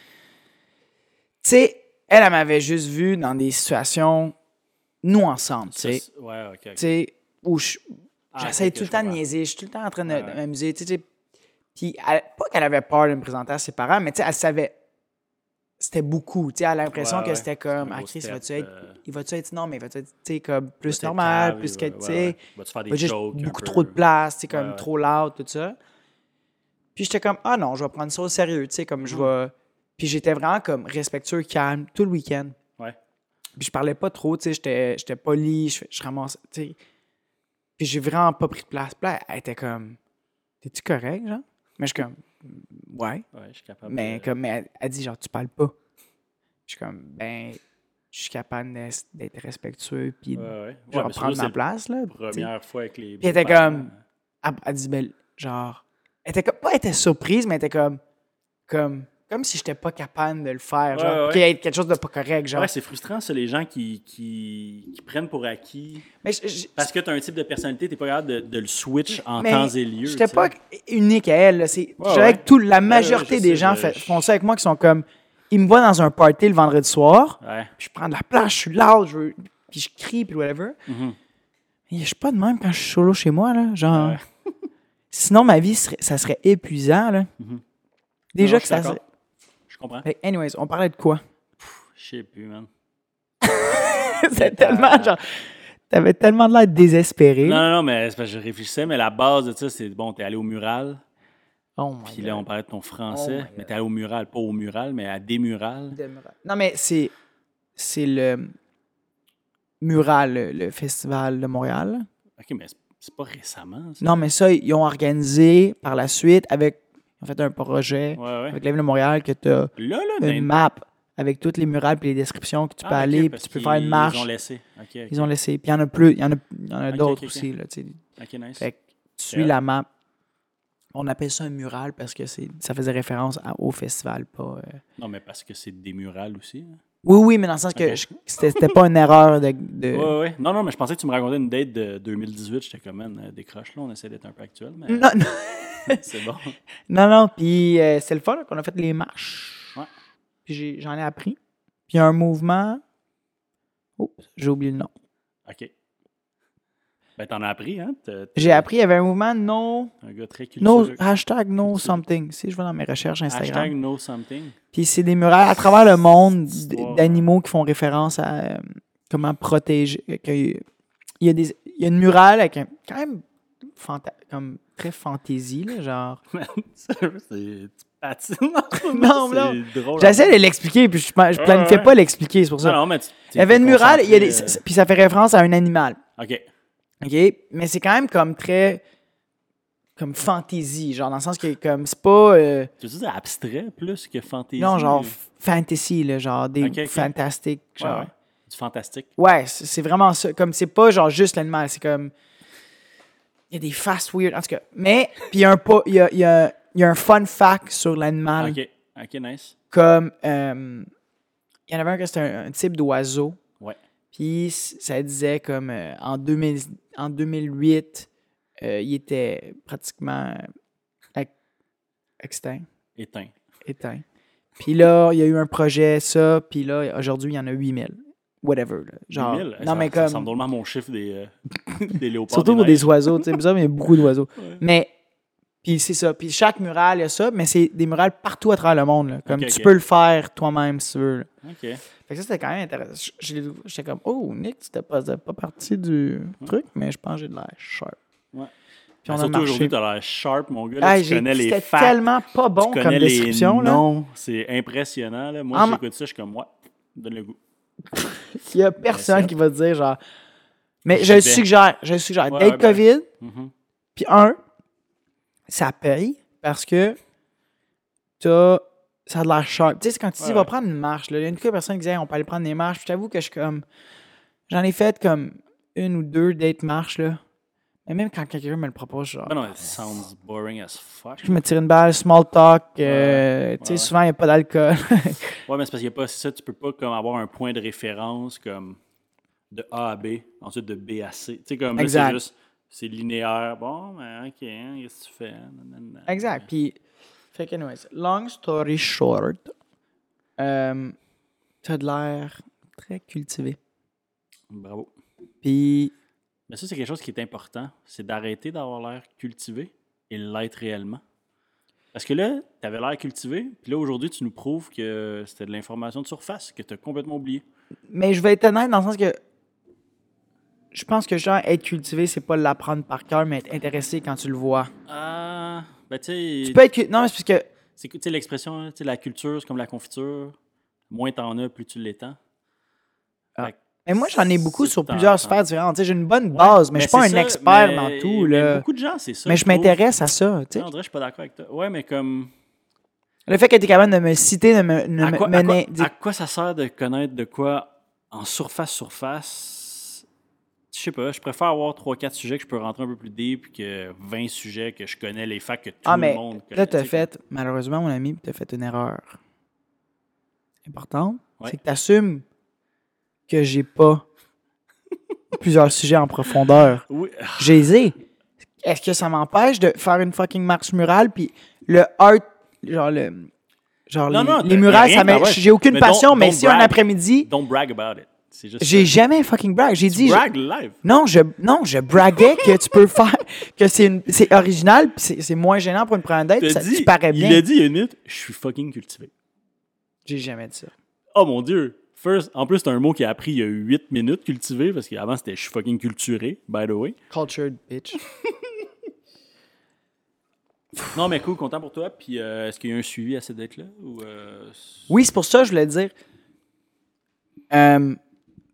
S2: sais, elle, elle m'avait juste vu dans des situations, nous ensemble, tu
S1: Ça,
S2: sais.
S1: c'est- Ouais, ok.
S2: Tu sais, où je-
S1: Ah,
S2: j'essaie
S1: ok, ok,
S2: tout le
S1: je
S2: temps de
S1: comprends.
S2: niaiser, je suis tout le temps en train de,
S1: Ouais,
S2: de
S1: ouais.
S2: m'amuser, tu sais. tu sais. Puis, elle- pas qu'elle avait peur de me présenter à ses parents, mais tu sais, elle savait. C'était beaucoup, tu sais. Elle a l'impression
S1: Ouais,
S2: que
S1: ouais.
S2: c'était comme,
S1: Un
S2: ah,
S1: gros
S2: Chris,
S1: step,
S2: va-tu être.
S1: euh,
S2: Il va-tu être. Non, mais il va-tu être, tu sais, comme
S1: va-tu
S2: plus
S1: être
S2: normal,
S1: cave,
S2: plus
S1: il
S2: que,
S1: va-
S2: tu
S1: ouais,
S2: sais.
S1: ouais. Vas-tu faire des
S2: Juste
S1: jokes un
S2: beaucoup
S1: peu?
S2: trop de place, tu sais, comme
S1: Ouais, ouais.
S2: trop loud, tout ça. Puis j'étais comme, ah non, je vais prendre ça au sérieux, tu sais, comme
S1: Mm.
S2: je vais. Puis j'étais vraiment comme respectueux, calme, tout le week-end.
S1: Ouais.
S2: Puis je parlais pas trop, tu sais, j'étais j'étais poli, je, je ramassais, tu sais. Puis j'ai vraiment pas pris de place. Puis là, elle était comme, t'es-tu correct, genre? Mais je suis comme, ouais.
S1: Ouais, je suis capable.
S2: Mais
S1: de-
S2: comme mais elle, elle dit genre tu parles pas. Je suis comme ben je suis capable d'être d'être respectueux puis
S1: Ouais, ouais.
S2: genre
S1: Ouais, mais surtout,
S2: prendre
S1: c'est
S2: ma
S1: la
S2: place là. tu sais.
S1: Première fois avec les.
S2: Puis elle était
S1: beaux-parents.
S2: comme- Elle, elle dit ben genre elle était comme pas elle était surprise mais elle était comme comme comme si j'étais pas capable de le faire
S1: Ouais,
S2: genre
S1: ouais.
S2: qu'il y ait quelque chose de pas correct genre.
S1: Ouais, c'est frustrant, ça, les gens qui, qui, qui prennent pour acquis.
S2: mais je- je-
S1: Parce que tu as un type de personnalité, tu pas capable de, de le switch en
S2: mais
S1: temps et lieu.
S2: J'étais
S1: tu sais.
S2: pas unique à elle. là. C'est,
S1: Ouais,
S2: je dirais
S1: ouais.
S2: que tout, la
S1: ouais,
S2: majorité
S1: je
S2: des
S1: sais,
S2: gens
S1: je-
S2: fait- font ça avec moi qui sont comme, ils me voient dans un party le vendredi soir,
S1: Ouais.
S2: puis je prends de la place, je suis loud, je veux- puis je crie, puis whatever.
S1: Mhm.
S2: Mais je suis pas de même quand je suis solo chez moi, là. Genre.
S1: Ouais.
S2: [laughs] Sinon, ma vie, serait- ça serait épuisant, là.
S1: Non, Mm-hmm.
S2: Déjà
S1: non, je
S2: que
S1: suis
S2: ça
S1: d'accord.
S2: serait-
S1: Je comprends.
S2: Fait que anyways, on parlait de quoi?
S1: Je sais plus, man.
S2: [laughs] C'était tellement, genre. T'avais tellement de l'air désespéré.
S1: Non, non, non, mais c'est parce que je réfléchissais, mais la base de ça, c'est bon, t'es allé au mural,
S2: Oh my
S1: puis là, on
S2: God.
S1: parlait de ton
S2: Oh my
S1: français,
S2: God.
S1: mais t'es allé au mural, pas au mural, mais à des murales.
S2: Non, mais c'est. C'est le. Mural, le, le festival de Montréal.
S1: Ok, mais c'est- c'est pas récemment, ça.
S2: Non, mais ça, ils ont organisé par la suite avec. En fait, un projet
S1: Ouais, ouais.
S2: avec la ville de Montréal que t'as
S1: Là, là, dans-
S2: une map avec toutes les murales et les descriptions que tu
S1: Ah,
S2: peux
S1: ok,
S2: aller, puis
S1: parce
S2: tu peux
S1: qu'ils-
S2: faire une marche.
S1: Ils ont laissé. Ok, ok.
S2: Ils ont laissé. Puis il y en a plus, il y en a, il y en a
S1: Ok,
S2: d'autres
S1: ok, ok.
S2: aussi. Là, tu sais.
S1: Ok, nice.
S2: Fait que tu suis
S1: Ouais.
S2: la map. On appelle ça un mural parce que c'est ça faisait référence à- au festival, pas. euh.
S1: Non, mais parce que c'est des murales aussi. hein. là.
S2: Oui, oui, mais dans le sens que
S1: Ok.
S2: je- c'était c'était pas une erreur de. de-
S1: Ouais, ouais. Non, non, mais je pensais que tu me racontais une date de 2018. J'étais comme, man, euh, décroche là, on essaie d'être un peu actuel, mais
S2: Non, non,
S1: [laughs] c'est bon.
S2: non, non, Puis euh, c'est le fun là, qu'on a fait les marches.
S1: Ouais.
S2: Puis j'ai- j'en ai appris. Puis il y a un mouvement. Oh, j'ai oublié le nom.
S1: OK. Ben, t'en as appris, hein? T'es- t'es
S2: J'ai appris, il y avait un mouvement no,
S1: un gars très
S2: no
S1: cultureux.
S2: hashtag no
S1: Culture.
S2: something. Si je vais dans mes recherches Instagram.
S1: Hashtag no something.
S2: Puis c'est des murales à travers le monde
S1: Cette
S2: d-
S1: histoire,
S2: d'animaux qui font référence à euh, comment protéger. euh, que- il, y a des, il y a une murale avec un, quand même fanta- comme très fantaisie, là, genre.
S1: [laughs] Man, sérieux, c'est... Tu patines en ce
S2: Non,
S1: moment,
S2: non.
S1: C'est drôle.
S2: J'essaie de l'expliquer, puis je, plan- je
S1: Ouais,
S2: planifiais
S1: ouais.
S2: pas l'expliquer, c'est pour
S1: Non,
S2: ça.
S1: non, mais tu...
S2: il y avait une murale, il y a des,
S1: euh,
S2: puis ça fait référence à un animal.
S1: OK.
S2: OK? Mais c'est quand même comme très. comme fantaisie, genre, dans le sens que comme c'est pas. euh,
S1: Tu veux dire abstrait plus que fantaisie?
S2: non, genre
S1: ou-
S2: f- fantasy, là, genre des
S1: Ok, ok.
S2: fantastiques,
S1: Ouais,
S2: genre.
S1: ouais. Du fantastique.
S2: Ouais, c'est c'est vraiment ça. Comme c'est pas genre juste l'animal, c'est comme. Il y a des fast weird, en tout cas. Mais, puis il y a un pas- il y a, il y a- il y a un fun fact sur l'animal.
S1: OK. OK, nice.
S2: Comme. euh, Il y en avait un que c'était un, un type d'oiseau.
S1: Ouais.
S2: Puis c- ça disait comme euh, en, 2000 en 2008, euh, il était pratiquement euh, ex- extinct
S1: Éteint.
S2: éteint. Puis là, il y a eu un projet, ça, puis là, aujourd'hui, il y en a 8000. Whatever. Là. Genre,
S1: 2000,
S2: non,
S1: ça,
S2: mais
S1: ça
S2: comme.
S1: ressemble drôlement à mon chiffre des, euh, [laughs] des léopards.
S2: Surtout pour
S1: neiges.
S2: des oiseaux, tu sais, bizarre, mais il y a beaucoup d'oiseaux. Mais, puis c'est ça. Puis chaque murale, il y a ça, mais c'est des murales partout à travers le monde. là. Comme
S1: Ok,
S2: tu
S1: ok.
S2: peux le faire toi-même si tu veux. là.
S1: OK.
S2: Fait que ça, c'était quand même intéressant. Je- je l'ai- J'étais comme, oh, Nick, tu n'étais pas, t'as pas parti du
S1: Hum.
S2: truc, mais je pense que j'ai de l'air sharp.
S1: Ouais.
S2: Puis on a
S1: Ben, Surtout aujourd'hui,
S2: marché.
S1: t'as l'air sharp, mon gars. là,
S2: Ah,
S1: tu
S2: j'ai-
S1: connais les
S2: C'était
S1: facts.
S2: tellement pas bon
S1: tu
S2: comme
S1: connais
S2: description.
S1: les
S2: là.
S1: noms. C'est impressionnant. Là. Moi,
S2: Ah,
S1: j'écoute ça, je suis comme, ouais, donne le goût.
S2: Il n'y a
S1: Ben,
S2: personne
S1: c'est-
S2: qui va te dire, genre. Mais
S1: J'y
S2: je le
S1: vais.
S2: suggère, je le suggère.
S1: Ouais,
S2: Date
S1: ouais, ben-
S2: COVID,
S1: Mhm.
S2: Puis un, ça paye parce que t'as. Ça a de l'air sharp. Tu sais, c'est quand tu dis,
S1: Ouais,
S2: va
S1: ouais.
S2: prendre une marche, là. il y a une couple de personnes qui disaient, Hey, on peut aller prendre des marches. Puis je t'avoue que je suis comme. J'en ai fait comme une ou deux dates marches, là. Mais même quand quelqu'un me le propose, genre.
S1: Ben non, it sounds boring as fuck.
S2: Je me tire une balle, small talk. euh,
S1: Ouais,
S2: tu sais,
S1: ouais.
S2: souvent, il n'y a pas d'alcool. [laughs]
S1: Ouais, mais c'est parce qu'il n'y a pas c'est ça, tu peux pas comme avoir un point de référence comme de A à B, ensuite de B à C. Tu sais, comme là, c'est
S2: Exact.
S1: juste, c'est linéaire. Bon, ben, ok, hein, qu'est-ce que tu fais? Nanana.
S2: exact. Puis, fait que, anyways, long story short, euh, t'as de l'air très cultivé.
S1: Bravo.
S2: Puis,
S1: Mais ça, c'est quelque chose qui est important. C'est d'arrêter d'avoir l'air cultivé et l'être réellement. Parce que là, tu avais l'air cultivé, puis là, aujourd'hui, tu nous prouves que c'était de l'information de surface, que tu as complètement oublié.
S2: Mais je vais être honnête dans le sens que je pense que genre être cultivé, c'est pas l'apprendre par cœur, mais être intéressé quand tu le vois.
S1: Ah, ben, tu
S2: Tu
S1: sais,
S2: peux être cul- non, mais c'est parce que
S1: c'est que, tu sais, l'expression, hein, tu sais, la culture, c'est comme la confiture. Moins t'en as, plus tu l'étends.
S2: mais moi j'en ai beaucoup
S1: C'est
S2: sur
S1: tentant.
S2: plusieurs sphères différentes. Tu sais, j'ai une bonne base, mais, je suis pas un
S1: c'est ça,
S2: expert
S1: mais-
S2: dans tout
S1: mais
S2: là.
S1: Beaucoup de gens, c'est ça.
S2: Mais je
S1: trouve.
S2: m'intéresse à ça. tu sais.
S1: Non, on dirait que je suis pas d'accord avec toi. Ouais, mais comme.
S2: Le fait que tu es capable de me citer, de me, de
S1: à,
S2: me
S1: quoi, à
S2: mener.
S1: quoi-
S2: dis-
S1: à quoi ça sert de connaître de quoi en surface-surface Je sais pas, je préfère avoir 3-4 sujets que je peux rentrer un peu plus deep que 20 sujets que je connais, les facs que tout
S2: Ah,
S1: le
S2: mais
S1: monde connaît.
S2: Là, tu
S1: tu sais,
S2: fait, malheureusement, mon ami, tu as fait une erreur importante.
S1: Ouais.
S2: C'est que tu assumes que j'ai pas [laughs] plusieurs sujets en profondeur.
S1: comme- Oui,
S2: J'ai les ai. Est-ce que ça m'empêche de faire une fucking marche murale puis le art genre le genre
S1: Non,
S2: les,
S1: non,
S2: les
S1: t'as-
S2: murales
S1: rien,
S2: ça
S1: bah
S2: m'est-
S1: ouais.
S2: j'ai aucune
S1: Mais
S2: passion
S1: don't-
S2: mais
S1: don't
S2: si un
S1: brag.
S2: après-midi
S1: don't brag about it. C'est juste.
S2: j'ai jamais fucking brag j'ai dit je-
S1: Brag live.
S2: non je non je braguais que tu peux faire que c'est une- c'est original puis c'est- c'est moins gênant pour une première date
S1: T'as
S2: puis ça,
S1: dit-
S2: tu parais
S1: il a
S2: bien
S1: dit il y a une minute, je suis fucking cultivé.
S2: j'ai jamais dit ça
S1: Oh mon dieu. First, en plus, c'est un mot qu'il a appris il y a 8 minutes, cultivé, parce qu'avant c'était je suis fucking culturé, by the way.
S2: cultured bitch
S1: Non, mais cool, content pour toi. Puis euh, est-ce qu'il y a un suivi à cette date-là? Ou, euh,
S2: [laughs] oui c'est pour ça que je voulais dire Euh,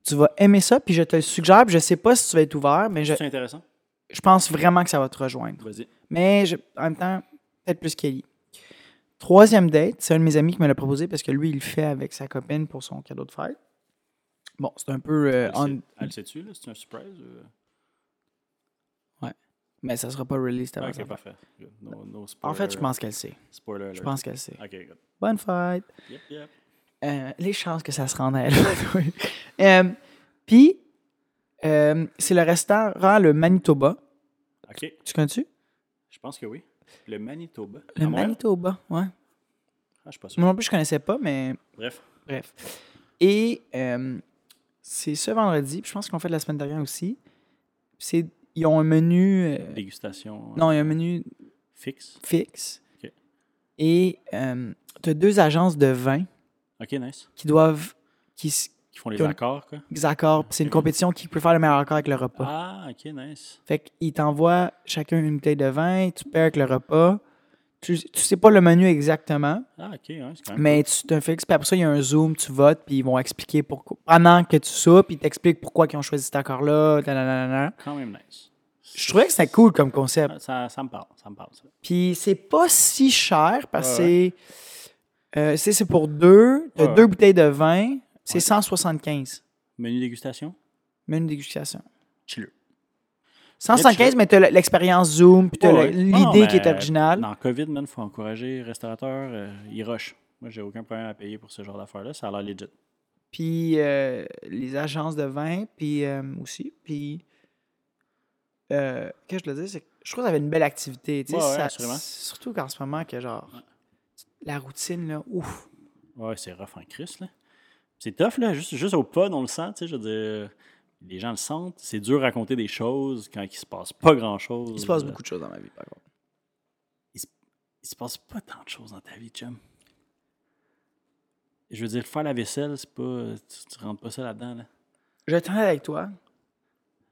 S2: tu vas aimer ça puis je te le suggère puis je sais pas si tu vas être ouvert mais je,
S1: C'est intéressant.
S2: je pense vraiment que ça va te rejoindre
S1: Vas-y.
S2: Mais je- en même temps, peut-être plus Kelly. Troisième date, c'est un de mes amis qui me l'a proposé parce que lui, il le fait avec sa copine pour son cadeau de fête. Bon, c'est un peu. euh,
S1: Elle
S2: on-
S1: sait- Elle le sait-tu, là? C'est un surprise? ou- euh?
S2: Mais ça sera pas released avant. ça.
S1: Ok, parfait. Good. No, no
S2: En fait, je
S1: spoiler-
S2: pense qu'elle sait.
S1: Spoiler alert.
S2: Je pense qu'elle sait.
S1: Ok, good.
S2: Bonne fête.
S1: Yep, yep.
S2: Euh, les chances que ça se rende à elle. Oui. Euh, Puis, euh, c'est le restaurant Le Manitoba.
S1: Ok,
S2: Tu connais-tu?
S1: je pense que oui. Le Manitoba.
S2: Le
S1: À Montréal?
S2: Manitoba, ouais.
S1: Ah, je suis pas sûr.
S2: Moi non plus, je connaissais pas, mais
S1: Bref.
S2: Bref. Et euh, c'est ce vendredi, puis je pense qu'on fait de la semaine dernière aussi. C'est, ils ont un menu. euh,
S1: Dégustation euh,
S2: non, il y a un menu
S1: fixe.
S2: fixe.
S1: Ok.
S2: Et euh, tu as deux agences de vin
S1: Ok, nice.
S2: qui doivent. qui, s-
S1: Qui font les
S2: Comme-
S1: accords, quoi.
S2: qui s'accordent. Puis C'est une compétition qui peut faire le meilleur accord avec le repas.
S1: Ah, ok, nice.
S2: Fait qu'ils t'envoient chacun une bouteille de vin, tu perds avec le repas. Tu, tu sais pas le menu exactement,
S1: Ah, ok, ouais, c'est quand même.
S2: mais tu te fixes, puis après ça, il y a un Zoom, tu votes, puis ils vont expliquer pourquoi. Pendant que tu soupes, ils t'expliquent pourquoi ils ont choisi cet accord-là. nananana.
S1: Quand même nice.
S2: Je trouvais que c'était cool comme concept.
S1: Ah, Ça, ça me parle, ça me parle. ça.
S2: Puis c'est pas si cher parce que
S1: Ouais,
S2: c'est- euh, c'est c'est pour deux, t'as
S1: Ouais, ouais.
S2: deux bouteilles de vin, c'est
S1: Ouais.
S2: 175,
S1: Menu dégustation?
S2: menu dégustation.
S1: Chilleux.
S2: 175, mais t'as le- l'expérience Zoom, puis t'as
S1: Ouais,
S2: le-
S1: ouais. Non,
S2: l'idée
S1: Ah, mais
S2: qui est originale.
S1: Dans COVID, man, faut encourager les restaurateurs, euh, ils rushent. Moi, j'ai aucun problème à payer pour ce genre d'affaires-là, ça a l'air legit.
S2: puis euh, les agences de vin, puis euh, aussi, puis euh, qu'est-ce que je veux dire, c'est que je trouve que ça avait une belle activité, tu sais,
S1: Ouais, ouais,
S2: ça-
S1: absolument.
S2: surtout qu'en ce moment que genre la routine là, ouf,
S1: Ouais, c'est rough en Christ, là. C'est tough, là, juste, juste au pod, on le sent, tu sais, je veux dire, les gens le sentent. C'est dur de raconter des choses quand il se passe pas grand-chose. euh,
S2: il se passe beaucoup de choses dans ma vie par contre.
S1: Il se passe pas tant de choses dans ta vie, chum. Je veux dire, faire la vaisselle, c'est pas... Tu, tu rentres pas ça là-dedans, là.
S2: Je t'en avec toi.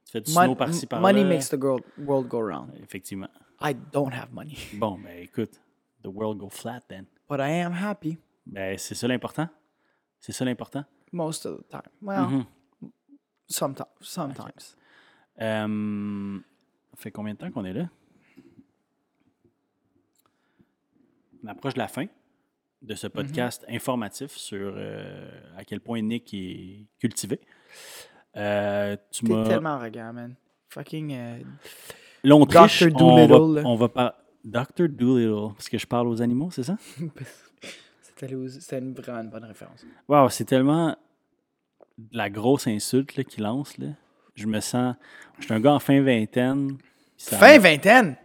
S1: Tu fais du
S2: Mon-
S1: snow par-ci, par-là.
S2: money makes the girl- world go round.
S1: Effectivement.
S2: I don't have money,
S1: Bon, ben écoute, the world go flat, then.
S2: but I am happy
S1: Ben, c'est ça l'important. C'est ça l'important.
S2: most of the time. Well,
S1: Mhm.
S2: Mm-hmm. sometimes, sometimes.
S1: Euh, ça fait combien de temps qu'on est là? On approche de la fin de
S2: Mm-hmm.
S1: ce podcast informatif sur euh, à quel point Nick est cultivé. Euh, tu
S2: T'es
S1: m'as.
S2: tellement arrogant, man. Fucking euh, [laughs]
S1: Là, on triche.
S2: Dr.
S1: On va,
S2: Doolittle.
S1: on va par- Dr. Doolittle, parce que je parle aux animaux, c'est ça?
S2: C'était allé aux- c'était une vraiment une bonne référence.
S1: Wow, c'est tellement de la grosse insulte là, qu'il lance. Là. Je me sens. Je suis un gars en fin vingtaine. puis ça-
S2: Fin vingtaine!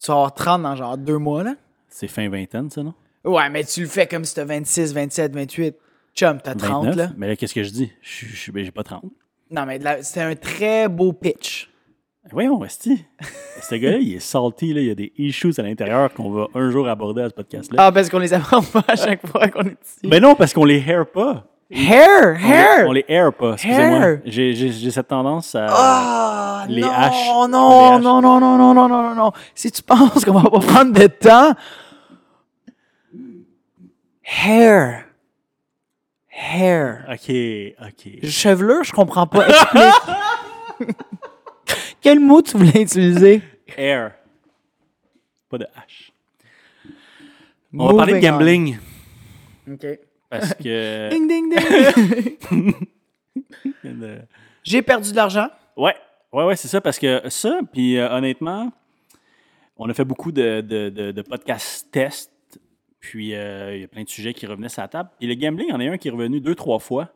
S2: Tu vas avoir 30 dans genre deux mois, là?
S1: C'est fin vingtaine, ça, non?
S2: Ouais, mais tu le fais comme si t'as 26, 27, 28. Chum, t'as 30,
S1: 29?
S2: là.
S1: Mais là, qu'est-ce que je dis? Je je- je- ben, j'ai pas 30.
S2: Non, mais de la- c'est un très beau pitch.
S1: Voyons,
S2: [laughs]
S1: Esti. Ce gars-là, il est salty. Là. Il y a des issues à l'intérieur qu'on va un jour aborder à ce podcast-là.
S2: Ah, parce qu'on les aborde pas à chaque fois qu'on est ici.
S1: Mais non, parce qu'on les hair pas.
S2: hair!
S1: On les-
S2: Hair!
S1: On les air pas, excusez-moi.
S2: Hair.
S1: J'ai- J'ai j'ai cette tendance à.
S2: Ah,
S1: Les
S2: non,
S1: haches.
S2: non,
S1: Les haches.
S2: non, non, non, non, non, non, non, non. Si tu penses qu'on va pas prendre de temps. Hair. Hair.
S1: Ok, ok.
S2: Chevelure, je comprends pas. Explique. [laughs] Quel mot tu voulais utiliser?
S1: Air. Pas de H. On va parler de
S2: Moving on.
S1: gambling.
S2: OK.
S1: Parce que.
S2: Ding, ding, [laughs] ding.
S1: Euh,
S2: J'ai perdu de l'argent.
S1: Ouais, ouais, ouais, c'est ça. Parce que ça, puis euh, honnêtement, on a fait beaucoup de, de, de- de podcasts tests. Puis euh, il y a plein de sujets qui revenaient sur la table. Et le gambling, en est un qui est revenu deux, trois fois.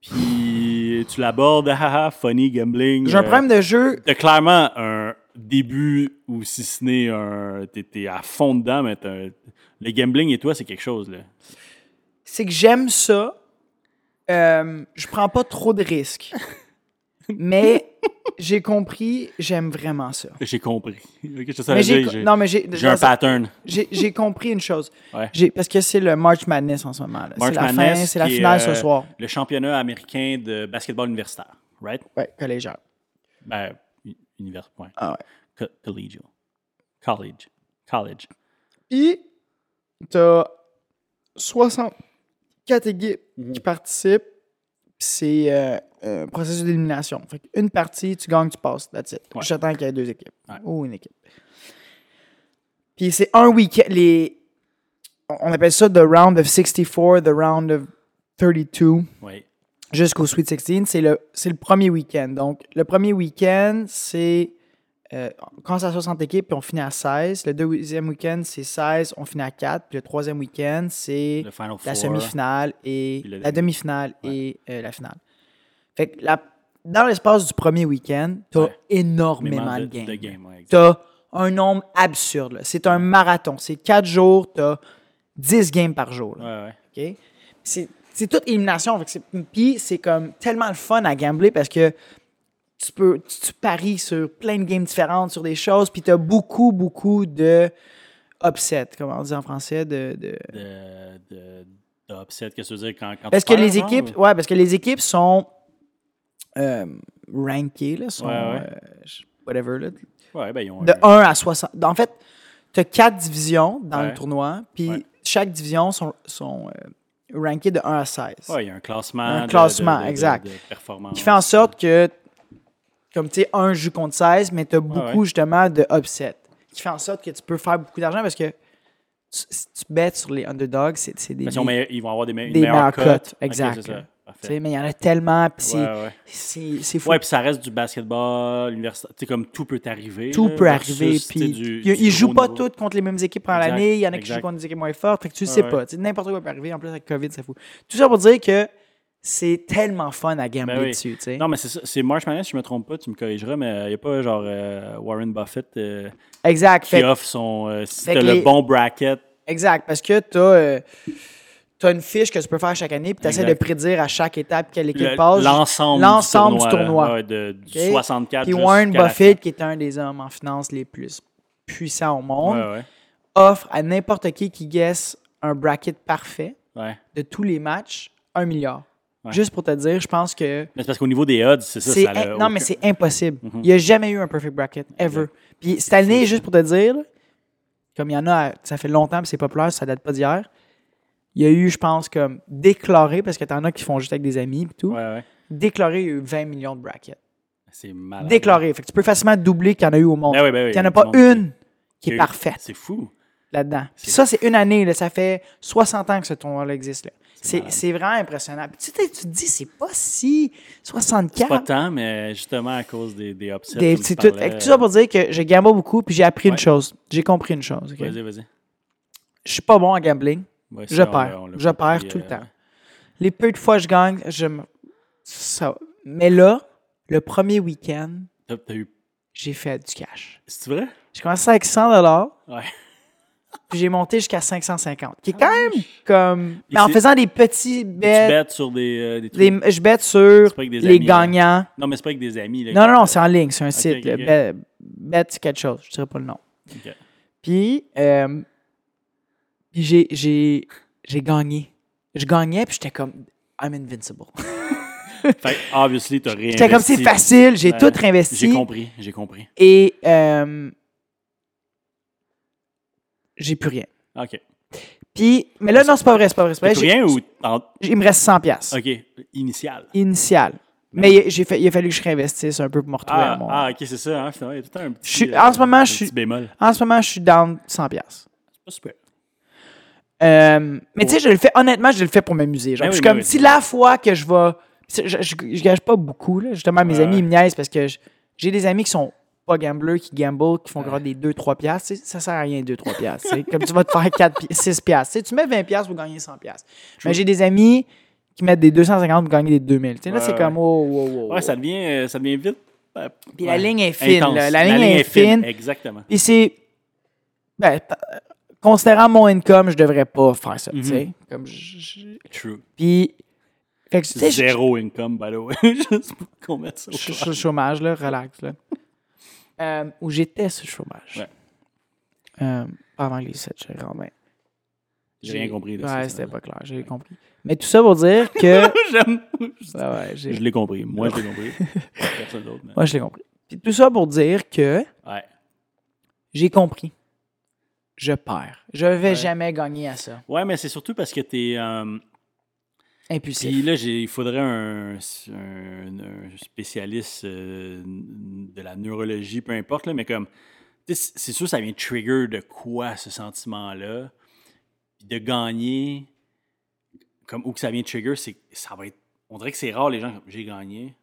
S1: Puis tu l'abordes, ah, ah, funny gambling.
S2: J'ai un
S1: euh,
S2: problème de jeu.
S1: T'as clairement un début ou si ce n'est un. T'es t'es à fond dedans, mais t'as un- le gambling et toi, c'est quelque chose, là.
S2: C'est que j'aime ça. Euh, je prends pas trop de risques. Mais j'ai compris, j'aime vraiment ça.
S1: J'ai compris. Ok, je te
S2: Mais
S1: savais
S2: j'ai,
S1: dire, j'ai
S2: non, mais j'ai,
S1: j'ai un
S2: dans-
S1: pattern.
S2: j'ai- j'ai compris une chose.
S1: Ouais.
S2: J'ai- parce que c'est le March Madness en ce moment. là.
S1: March
S2: c'est la
S1: Madness,
S2: fin, c'est la
S1: qui est,
S2: finale ce
S1: euh,
S2: soir.
S1: Le championnat américain de basketball universitaire, right?
S2: Ouais, collégial.
S1: Ben, u- univers, point.
S2: Ah ouais.
S1: Co- collegial. College. College.
S2: Puis, t'as 64 équipes
S1: Mhm.
S2: qui participent. Puis C'est euh, un processus d'élimination. Fait une partie, tu gagnes, tu passes. That's it.
S1: Ouais.
S2: J'attends qu'il y ait deux équipes.
S1: Ouais.
S2: Ou une équipe. Puis c'est un week-end. Les... on- On appelle ça the round of 64, the round of 32
S1: Oui.
S2: jusqu'au Sweet 16, c'est le, c'est le premier week-end. Donc, le premier week-end, c'est. Euh, on commence à 60 équipes, puis on finit à 16. Le deuxième week-end, c'est 16, on finit à 4. Puis le troisième week-end, c'est
S1: Le Final Four.
S2: la semi-finale et.
S1: Puis le-
S2: La demi-finale et euh, la finale. Fait que la- dans l'espace du premier week-end, t'as
S1: Ouais.
S2: énormément
S1: Énormément
S2: de,
S1: de,
S2: games.
S1: de game, ouais, exact.
S2: T'as un nombre absurde. là. C'est un marathon. C'est 4 jours, t'as 10 games par jour. là.
S1: Ouais, ouais.
S2: OK? C'est c'est toute élimination. Fait que c'est- Puis c'est comme tellement le fun à gambler parce que tu peux tu, tu paries sur plein de games différentes, sur des choses, puis tu as beaucoup, beaucoup de upset, comment on dit en français, de, de-
S1: De, de, de upset, qu'est-ce que ça veut dire quand, quand
S2: Parce
S1: tu
S2: que
S1: perds,
S2: les
S1: genre,
S2: équipes,
S1: ou-
S2: ouais, parce que les équipes sont euh, rankées, là, sont
S1: Ouais, ouais.
S2: euh, je- whatever, là,
S1: Ouais, ben, ils ont
S2: de
S1: un-
S2: 1 à 60. En fait, tu as quatre divisions dans
S1: Ouais.
S2: le tournoi, puis
S1: Ouais.
S2: chaque division sont, sont euh, rankées de 1 à 16.
S1: Ouais, il y a un classement.
S2: Un
S1: de- de-
S2: classement,
S1: de- de-
S2: exact.
S1: De, performance.
S2: qui fait en sorte que, comme tu sais, un joue contre 16, mais tu as beaucoup
S1: ouais.
S2: justement de upset. Qui fait en sorte que tu peux faire beaucoup d'argent parce que tu- si tu bêtes sur les underdogs, c'est c'est des.
S1: Parce qu'ils ont meilleur- ils vont avoir des, me- une
S2: Des
S1: meilleures
S2: meilleures
S1: cotes.
S2: cotes,
S1: Ok,
S2: exact.
S1: c'est ça.
S2: tu
S1: Parfait.
S2: sais, mais il y en a tellement, puis c'est-
S1: Ouais, ouais.
S2: c'est c'est fou.
S1: Ouais, puis ça reste du basketball, universitaire. Tu sais, comme tout peut arriver.
S2: tout
S1: là,
S2: peut
S1: versus, tu
S2: arriver.
S1: sais,
S2: Puis
S1: du-
S2: ils,
S1: du
S2: ils jouent
S1: haut
S2: pas
S1: niveau.
S2: toutes contre les mêmes équipes pendant
S1: Exact,
S2: l'année. Il y en a qui
S1: exact.
S2: jouent contre des équipes moins fortes. Fait que tu
S1: Ouais,
S2: sais
S1: ouais.
S2: pas. Tu sais, N'importe quoi peut arriver. En plus, avec COVID, c'est fou. Tout ça pour dire que c'est tellement fun à gambler
S1: Ben oui.
S2: dessus. tu sais.
S1: Non, mais c'est ça. C'est Marsh Madness, si je me trompe pas, tu me corrigeras, mais il n'y a pas genre euh, Warren Buffett euh,
S2: Exact.
S1: qui
S2: Fait-
S1: offre son. euh, si
S2: fait
S1: t'as
S2: que
S1: le
S2: les-
S1: bon bracket.
S2: Exact, parce que tu as, une fiche que tu peux faire chaque année, puis tu essaies de
S1: Exact.
S2: prédire à chaque étape quelle équipe
S1: le-
S2: passe.
S1: L'ensemble du
S2: l'ensemble
S1: tournoi.
S2: du
S1: là.
S2: tournoi.
S1: Ouais, de, du
S2: Ok?
S1: 64
S2: Puis Warren
S1: jusqu'à la
S2: Buffett, qui est un des hommes en finance les plus puissants au
S1: fin.
S2: monde,
S1: Ouais, ouais.
S2: offre à n'importe qui qui guesse un bracket parfait
S1: ouais.
S2: de tous les matchs un milliard.
S1: Ouais.
S2: Juste pour te dire, je pense que
S1: Mais c'est parce qu'au niveau des odds, c'est ça.
S2: c'est
S1: ça
S2: in-
S1: l'a
S2: non
S1: aucun-
S2: mais c'est impossible.
S1: Mhm.
S2: Il n'y a jamais eu un perfect bracket ever.
S1: Ok.
S2: Puis cette année, juste pour te dire, là, comme il y en a, à- ça fait longtemps, puis c'est populaire, ça date pas d'hier. Il y a eu, je pense, comme déclaré parce que t'en as qui font juste avec des amis et tout.
S1: Ouais, ouais.
S2: Déclaré, il y a eu 20 millions de brackets.
S1: C'est malade.
S2: Déclaré, fait que tu peux facilement doubler qu'il y en a eu au monde.
S1: Ah, Ben oui, ben oui.
S2: Il n'y en a pas
S1: Tout le monde-
S2: une qui est
S1: que-
S2: parfaite
S1: C'est fou.
S2: là-dedans. Puis
S1: C'est-
S2: ça, c'est une année. là. ça fait 60 ans que ce tournoi-là existe. là. C'est
S1: malade.
S2: c'est vraiment impressionnant. Puis tu, sais, tu te dis, c'est pas si
S1: C'est pas
S2: 64.
S1: tant, mais justement à cause des, des upsets.
S2: Des
S1: dont tu
S2: petits tout.
S1: parlais,
S2: Fait que Tout ça pour dire que je gamble beaucoup, puis j'ai appris une
S1: Ouais.
S2: chose. J'ai compris une chose. ok?
S1: euh, Vas-y, vas-y.
S2: Je suis pas bon en gambling.
S1: Ouais,
S2: Je
S1: ça, on
S2: perds.
S1: l'a- on l'a
S2: Je
S1: compris,
S2: perds tout le
S1: euh,
S2: temps. Les peu de fois que je gagne, je me. Ça... Mais là, le premier week-end,
S1: T'as t'as eu.
S2: j'ai fait du cash.
S1: C'est vrai?
S2: J'ai commencé avec 100
S1: Ouais.
S2: puis j'ai monté jusqu'à 550, qui est quand même
S1: Tu
S2: comme.
S1: Puis
S2: Mais en
S1: c'est-
S2: faisant des petits bets.
S1: bêtes sur des, euh, des trucs.
S2: des- je bête sur
S1: C'est pas avec des
S2: les
S1: amis, hein. là.
S2: gagnants.
S1: Non, mais c'est pas avec des amis. Là,
S2: Non, non, non, c'est en ligne, c'est un site.
S1: ok,
S2: là.
S1: ok.
S2: Bet, Bet, c'est quelque chose, je ne dirais pas le nom.
S1: Ok.
S2: Puis, euh, puis j'ai, j'ai, j'ai gagné. Je gagnais, puis j'étais comme, I'm invincible. [laughs]
S1: Fait que, obviously, t'as réinvesti.
S2: J'étais comme, c'est facile, j'ai
S1: Ouais.
S2: tout réinvesti.
S1: J'ai compris, j'ai compris.
S2: Et euh, j'ai plus rien.
S1: OK.
S2: Puis, mais là, non, c'est pas vrai, c'est pas vrai. C'est pas
S1: T'as
S2: vrai.
S1: plus
S2: J'ai-
S1: rien ou. en-
S2: Il me reste 100 pièces
S1: OK, initial.
S2: initial.
S1: Mais-
S2: Mais j'ai fait, il a fallu que je réinvestisse un peu pour me retrouver à
S1: Ah,
S2: mon...
S1: ah, OK, c'est ça. Hein, finalement, il y a tout le temps un petit,
S2: Je suis- en ce moment,
S1: un
S2: je suis-
S1: petit bémol.
S2: En ce moment, je suis down 100 pièces.
S1: C'est pas super.
S2: Euh, mais tu sais, je le fais, honnêtement, je le fais pour m'amuser. Genre,
S1: Oh. Ben
S2: je suis
S1: oui, ben
S2: comme
S1: oui.
S2: si la fois que je vais. Je, je, je- je gage pas beaucoup, là. Justement, mes
S1: Ouais.
S2: amis, ils me niaisent parce que je- j'ai des amis qui sont pas gamblers, qui gamblent, qui font encore des 2-3 piastres. tu sais, Ça sert à rien, 2-3 piastres. tu sais. comme tu vas te faire 4, pi- 6 piastres. Tu sais, tu mets 20 piastres pour gagner 100 piastres. Mais j'ai des amis qui mettent des 250 pour gagner des 2000. Tu sais, là,
S1: Ouais,
S2: c'est
S1: ouais.
S2: comme, oh, oh, oh, oh.
S1: Ouais, ça devient, euh, ça devient vite. euh,
S2: Puis
S1: ouais,
S2: la ligne est fine,
S1: intense.
S2: là. La, ligne est fine.
S1: Exactement.
S2: Puis c'est. Ben, t- euh, considérant mon income, je devrais pas faire ça,
S1: Mm-hmm.
S2: tu sais. Comme je- je-
S1: True.
S2: Puis. Fait que, tu sais, je-
S1: Zéro income, by the way. [laughs] Juste pour qu'on mette ça au
S2: je je
S1: clair.
S2: suis au chômage, là, relax, là. Euh, où j'étais sur le chômage.
S1: Ouais.
S2: Euh, avant les 7 j'ai quand même.
S1: J'ai rien compris. là,
S2: Ouais,
S1: c'est ça.
S2: c'était pas clair, j'ai compris. Mais tout ça pour dire que.
S1: [laughs] J'aime.
S2: Ouais, ouais, j'ai-
S1: Je l'ai compris. Moi, je l'ai
S2: [laughs]
S1: compris. Personne d'autre. mais-
S2: Moi, je l'ai compris. Puis tout ça pour dire que
S1: Ouais.
S2: j'ai compris. Je perds. Je vais
S1: Ouais.
S2: jamais gagner à ça.
S1: Ouais, mais c'est surtout parce que t'es. euh,
S2: Impulsif.
S1: Puis là, j'ai- il faudrait un, un- un spécialiste euh, de la neurologie, peu importe, là, mais comme, tu sais, c'est sûr, ça vient trigger de quoi ce sentiment-là. Puis de gagner, comme où que ça vient trigger, c'est ça va être. On dirait que c'est rare les gens comme j'ai gagné.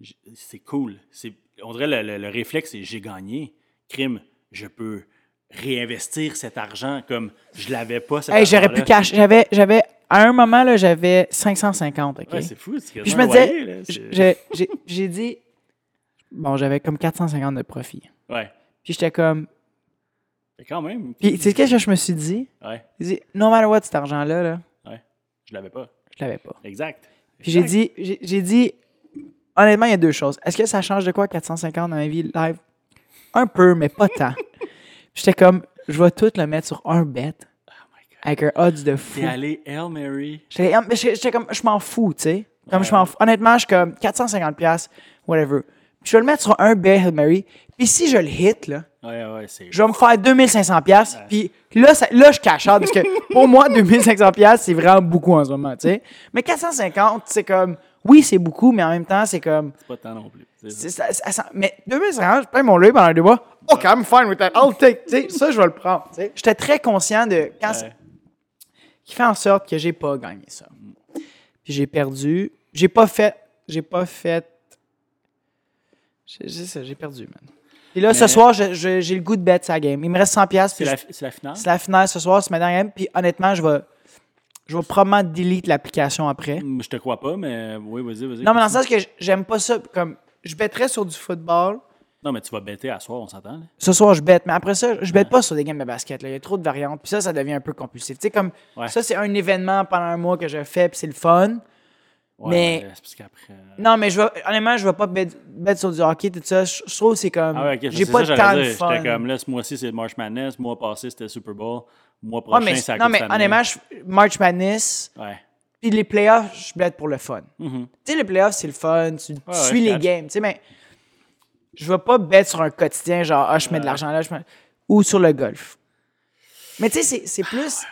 S1: J- C'est cool. C'est- On dirait le, le- le réflexe, c'est j'ai gagné. Crime, je peux réinvestir cet argent comme je l'avais pas. cet
S2: Hey, j'aurais
S1: argent-là.
S2: pu cash. J'avais, j'avais, à un moment, là, j'avais 550, OK?
S1: Ouais, c'est fou. c'est
S2: Puis je
S1: quasiment
S2: me
S1: un
S2: disais,
S1: loyer, là, c'est-
S2: j'ai, j'ai- j'ai dit, bon, j'avais comme 450 de profit.
S1: Ouais.
S2: Puis j'étais comme,
S1: Mais quand même.
S2: puis tu sais qu'est-ce que je me suis dit?
S1: Ouais,
S2: J'ai dit, no matter what, cet argent-là, là,
S1: ouais. Je l'avais pas.
S2: je l'avais pas.
S1: Exact.
S2: Puis j'ai
S1: Exact.
S2: dit, j'ai, j'ai dit, honnêtement, il y a deux choses. Est-ce que ça change de quoi 450 dans ma vie live? Un peu, mais
S1: [laughs]
S2: pas tant. Puis j'étais comme, je vais tout le mettre sur un bet
S1: Oh my God.
S2: avec un odds de fou.
S1: T'es allé Hail Mary.
S2: J'étais ah, mais j'étais- j'étais comme, je m'en fous, tu sais. Comme je m'en
S1: Ouais.
S2: fous. Honnêtement, je suis comme 450$, piastres, whatever. Puis je vais le mettre sur un Bay Hail Mary. Puis si je le hit, là,
S1: Ouais, ouais, c'est.
S2: je vais me faire 2500$. piastres. Puis là, ça- là, je cache out, parce que pour moi, 2500$, piastres, c'est vraiment beaucoup en ce moment, tu sais. Mais 450$, c'est comme, oui, c'est beaucoup, mais en même temps, c'est comme,
S1: C'est pas tant non plus. C'est-
S2: c'est- ça- ça- ça- mais 2500$, je paye mon loyer pendant deux mois. OK, I'm fine with that. I'll take, tu sais, ça, je vais le prendre, tu sais. J'étais très conscient de quand c'est-
S1: Ouais.
S2: qui fait en sorte que j'ai pas gagné ça. Puis j'ai perdu. J'ai pas fait. J'ai pas fait. J'ai- J'ai ça, j'ai perdu, man. Et là, ce
S1: Mais-
S2: soir, je- je- j'ai le goût de bête sa game. Il me reste 100$. piastres,
S1: C'est
S2: puis
S1: la,
S2: je-
S1: c'est la finale?
S2: C'est la finale ce soir, c'est ma dernière game. Puis honnêtement, je vais. Je vais probablement delete l'application après.
S1: Hmm, Je te crois pas, mais oui, vas-y, vas-y.
S2: Non, mais dans le sens que j- j'aime pas ça. Comme, je betterais sur du football.
S1: Non, mais tu vas bêter à soir, on s'entend. là.
S2: Ce soir, je bête. Mais après ça, je bête pas sur des games de basket. là. Il y a trop de variantes. Puis ça, ça devient un peu compulsif. Tu sais, comme
S1: Ouais.
S2: ça, c'est un événement pendant un mois que je fais, puis c'est le fun.
S1: Ouais,
S2: Mais-
S1: C'est parce qu'après. euh,
S2: Non, mais je vais, honnêtement, je vais pas bet, bet sur du hockey, tout ça. Je, je trouve que c'est comme.
S1: Ah ouais, ok,
S2: j'ai
S1: c'est
S2: pas
S1: ça,
S2: de
S1: j'allais
S2: temps de
S1: dire.
S2: fun.
S1: J'étais comme là, ce mois-ci, c'est le March Madness. Le mois passé, c'était Super Bowl. Le mois
S2: Ouais,
S1: prochain,
S2: mais,
S1: c'est la
S2: non,
S1: Coupe
S2: mais
S1: Stanley.
S2: honnêtement, je, March Madness,
S1: Ouais.
S2: puis les playoffs, je bête pour le fun.
S1: Mhm.
S2: Tu sais, les playoffs, c'est le fun. Tu tu
S1: ouais,
S2: suis
S1: je
S2: les
S1: catch.
S2: games. Tu sais, mais je vais pas bet sur un quotidien, genre, ah, je mets de l'argent là, je mets- Ou sur le golf. Mais tu sais, c'est-
S1: Ah,
S2: c'est plus.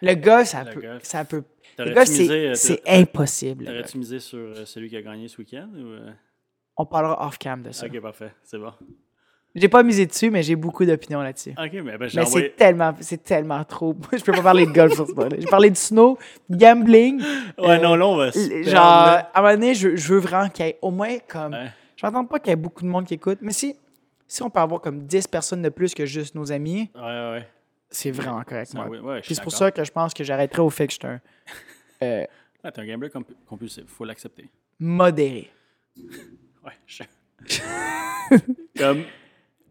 S2: Le golf, ça peut.
S1: golf.
S2: Ça peut le
S1: T'aurais-tu
S2: golf,
S1: misé,
S2: c'est
S1: euh,
S2: c'est impossible. le golf.
S1: T'aurais-tu misé sur euh, celui qui a gagné ce week-end? ou, euh?
S2: On parlera off-cam de ça.
S1: Ok, parfait. C'est bon.
S2: J'ai pas misé dessus, mais j'ai beaucoup d'opinions là-dessus.
S1: Ok, mais ben, j'ai
S2: Mais
S1: envoyé-
S2: c'est tellement, c'est tellement trop. [laughs] je peux pas parler de golf sur ce point-là. J'ai parlé de snow, gambling.
S1: Ouais,
S2: euh,
S1: non, là, on va se
S2: L-
S1: perdre,
S2: Genre,
S1: là.
S2: à un moment donné, je, je veux vraiment qu'il y ait au moins comme.
S1: Ouais.
S2: J'entends pas qu'il y ait beaucoup de monde qui écoute, mais si, si on peut avoir comme 10 personnes de plus que juste nos amis,
S1: Ouais, ouais, ouais.
S2: c'est vraiment correct.
S1: Non,
S2: moi.
S1: Ah oui, ouais, je suis
S2: Puis c'est pour
S1: d'accord.
S2: ça que je pense que j'arrêterai au fait que je
S1: [laughs]
S2: suis un euh,
S1: Ah, t'es un gambler comp- compulsif, faut l'accepter.
S2: modéré.
S1: Ouais, je-
S2: [laughs]
S1: Comme.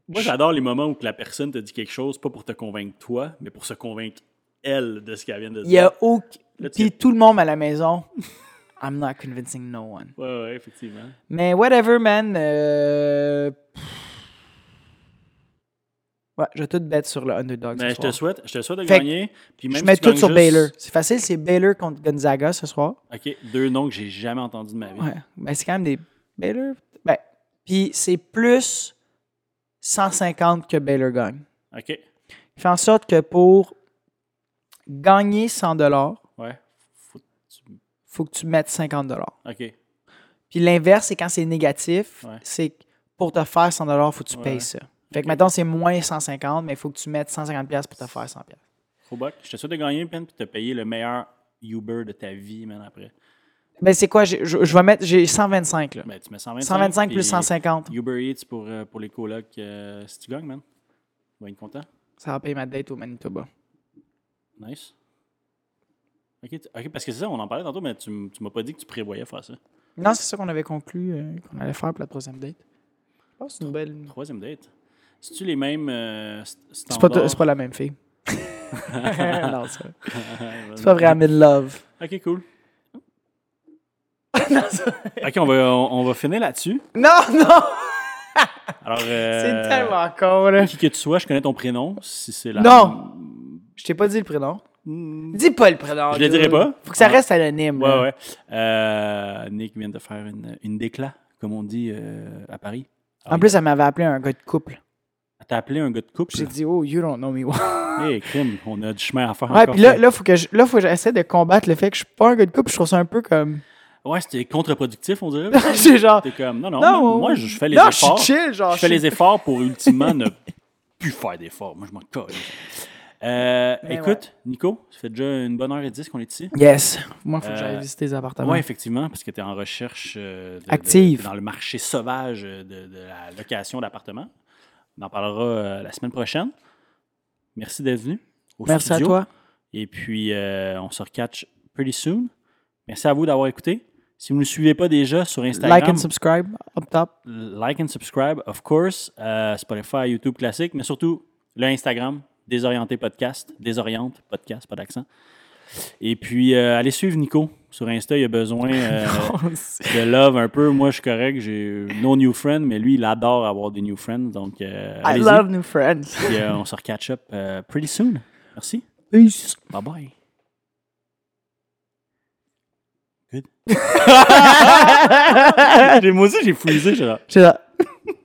S1: Moi, j'adore les moments où que la personne te dit quelque chose, pas pour te convaincre toi, mais pour se convaincre elle de ce qu'elle vient de
S2: Il y a
S1: dire.
S2: aucun.
S1: Là, tu-
S2: Puis tout le monde à la maison, [laughs] I'm not convincing no one.
S1: Ouais, ouais, effectivement.
S2: Mais whatever, man. euh, pff. Ouais, je vais tout bête sur le underdog. ce
S1: Mais Ben, je te
S2: soir.
S1: souhaite, je te souhaite de
S2: Fait que
S1: gagner. Puis même
S2: Je
S1: si
S2: mets
S1: tu
S2: tout
S1: gagnes
S2: sur
S1: juste-
S2: Baylor. C'est facile, c'est Baylor contre Gonzaga ce soir.
S1: Ok, deux noms que j'ai jamais entendus de ma vie.
S2: Ouais. Ben, c'est quand même des Baylor. Ben, puis c'est plus 150 que Baylor gagne.
S1: Ok,
S2: Il fait en sorte que pour gagner 100 dollars,
S1: ouais. Faut- tu-
S2: faut que tu mettes 50 dollars.
S1: Ok,
S2: Puis l'inverse, c'est quand c'est négatif,
S1: Ouais.
S2: c'est que pour te faire 100 dollars, faut que tu
S1: Ouais.
S2: payes ça. Fait que maintenant c'est moins 150, mais il faut que tu mettes 150 pièces pour te faire 100 pièces.
S1: Au bac, je te souhaite de gagner, Pen, puis de payer le meilleur Uber de ta vie, man, après.
S2: Ben c'est quoi j'ai- je, je vais mettre j'ai 125 là.
S1: Ben, tu mets 125.
S2: 125 plus
S1: puis
S2: 150.
S1: Uber Eats pour, euh, pour les colocs, euh, si tu gagnes, man. Tu vas être content.
S2: Ça va payer ma date au Manitoba.
S1: Nice. Ok, tu- ok, parce que c'est ça, on en parlait tantôt, mais tu, m- tu m'as pas dit que tu prévoyais faire ça.
S2: Non, c'est ça qu'on avait conclu euh, qu'on allait faire pour la troisième date. Je pense que c'est une belle
S1: Troisième date. C'est-tu les mêmes euh, st-
S2: C'est pas,
S1: standards?
S2: c'est pas la même [laughs] fille. non, c'est pas- c'est pas vrai, I'm in love.
S1: Ok,
S2: [laughs]
S1: cool. ok, on va, on, on va finir là-dessus.
S2: Non, non!
S1: Alors, euh,
S2: C'est tellement con, là.
S1: Qui que tu sois, je connais ton prénom. Si c'est la
S2: Non! Je t'ai pas dit le prénom.
S1: Mm.
S2: Dis pas le prénom.
S1: Je le
S2: dude.
S1: dirai pas. Ah.
S2: Faut que ça reste anonyme.
S1: Ouais,
S2: là.
S1: ouais. Euh, Nick vient de faire une, une décla, comme on dit euh, à Paris.
S2: En plus, elle m'avait appelé un gars de couple.
S1: t'as appelé un gars de couple.
S2: J'ai dit, oh, you don't know me. ouais,
S1: Hey, crime, on a du chemin à faire. encore.
S2: puis là, là, faut que je- là, faut que j'essaie de combattre le fait que je suis pas un gars de couple. Je trouve ça un peu comme. [laughs]
S1: Ouais, c'était contre-productif, on dirait.
S2: C'est genre.
S1: T'es comme, non, non,
S2: Non,
S1: moi,
S2: ouais.
S1: moi, je je fais les
S2: Non, je suis
S1: efforts.
S2: chill, genre.
S1: je fais
S2: je suis-
S1: les efforts pour ultimement
S2: [laughs]
S1: ne plus faire d'efforts. Moi, je m'en colle. Euh,
S2: Mais
S1: écoute, Nico, ça fait déjà une bonne heure et dix qu'on est ici.
S2: Yes. Moi, faut que
S1: Euh,
S2: j'aille visiter les appartements.
S1: Oui, effectivement, parce que tu es en recherche euh, de- de-
S2: Active.
S1: t'es dans le marché sauvage euh, de, de la location d'appartements. On en parlera euh, la semaine prochaine. Merci d'être venu. au
S2: Merci
S1: studio.
S2: à toi.
S1: Et puis, euh, on se recatch pretty soon. Merci à vous d'avoir écouté. Si vous ne nous suivez pas déjà sur Instagram,
S2: Like and subscribe. Up top.
S1: [laughs] like and subscribe, of course. Euh, Spotify, YouTube classique, mais surtout le Instagram, Désorienté Podcast, Désoriente Podcast, pas d'accent. Et puis, euh, allez suivre Nico sur Insta, il a besoin
S2: [laughs]
S1: euh, de love un peu. Moi, je suis correct, j'ai no new friend, mais lui, il adore avoir des new friends. Donc, euh,
S2: I
S1: allez-y.
S2: love new friends.
S1: Puis, euh, on se recatch up euh, pretty soon. Merci.
S2: Peace.
S1: Bye bye. Good. J'ai- Moi aussi, j'ai fouillé, genre.
S2: Shut up.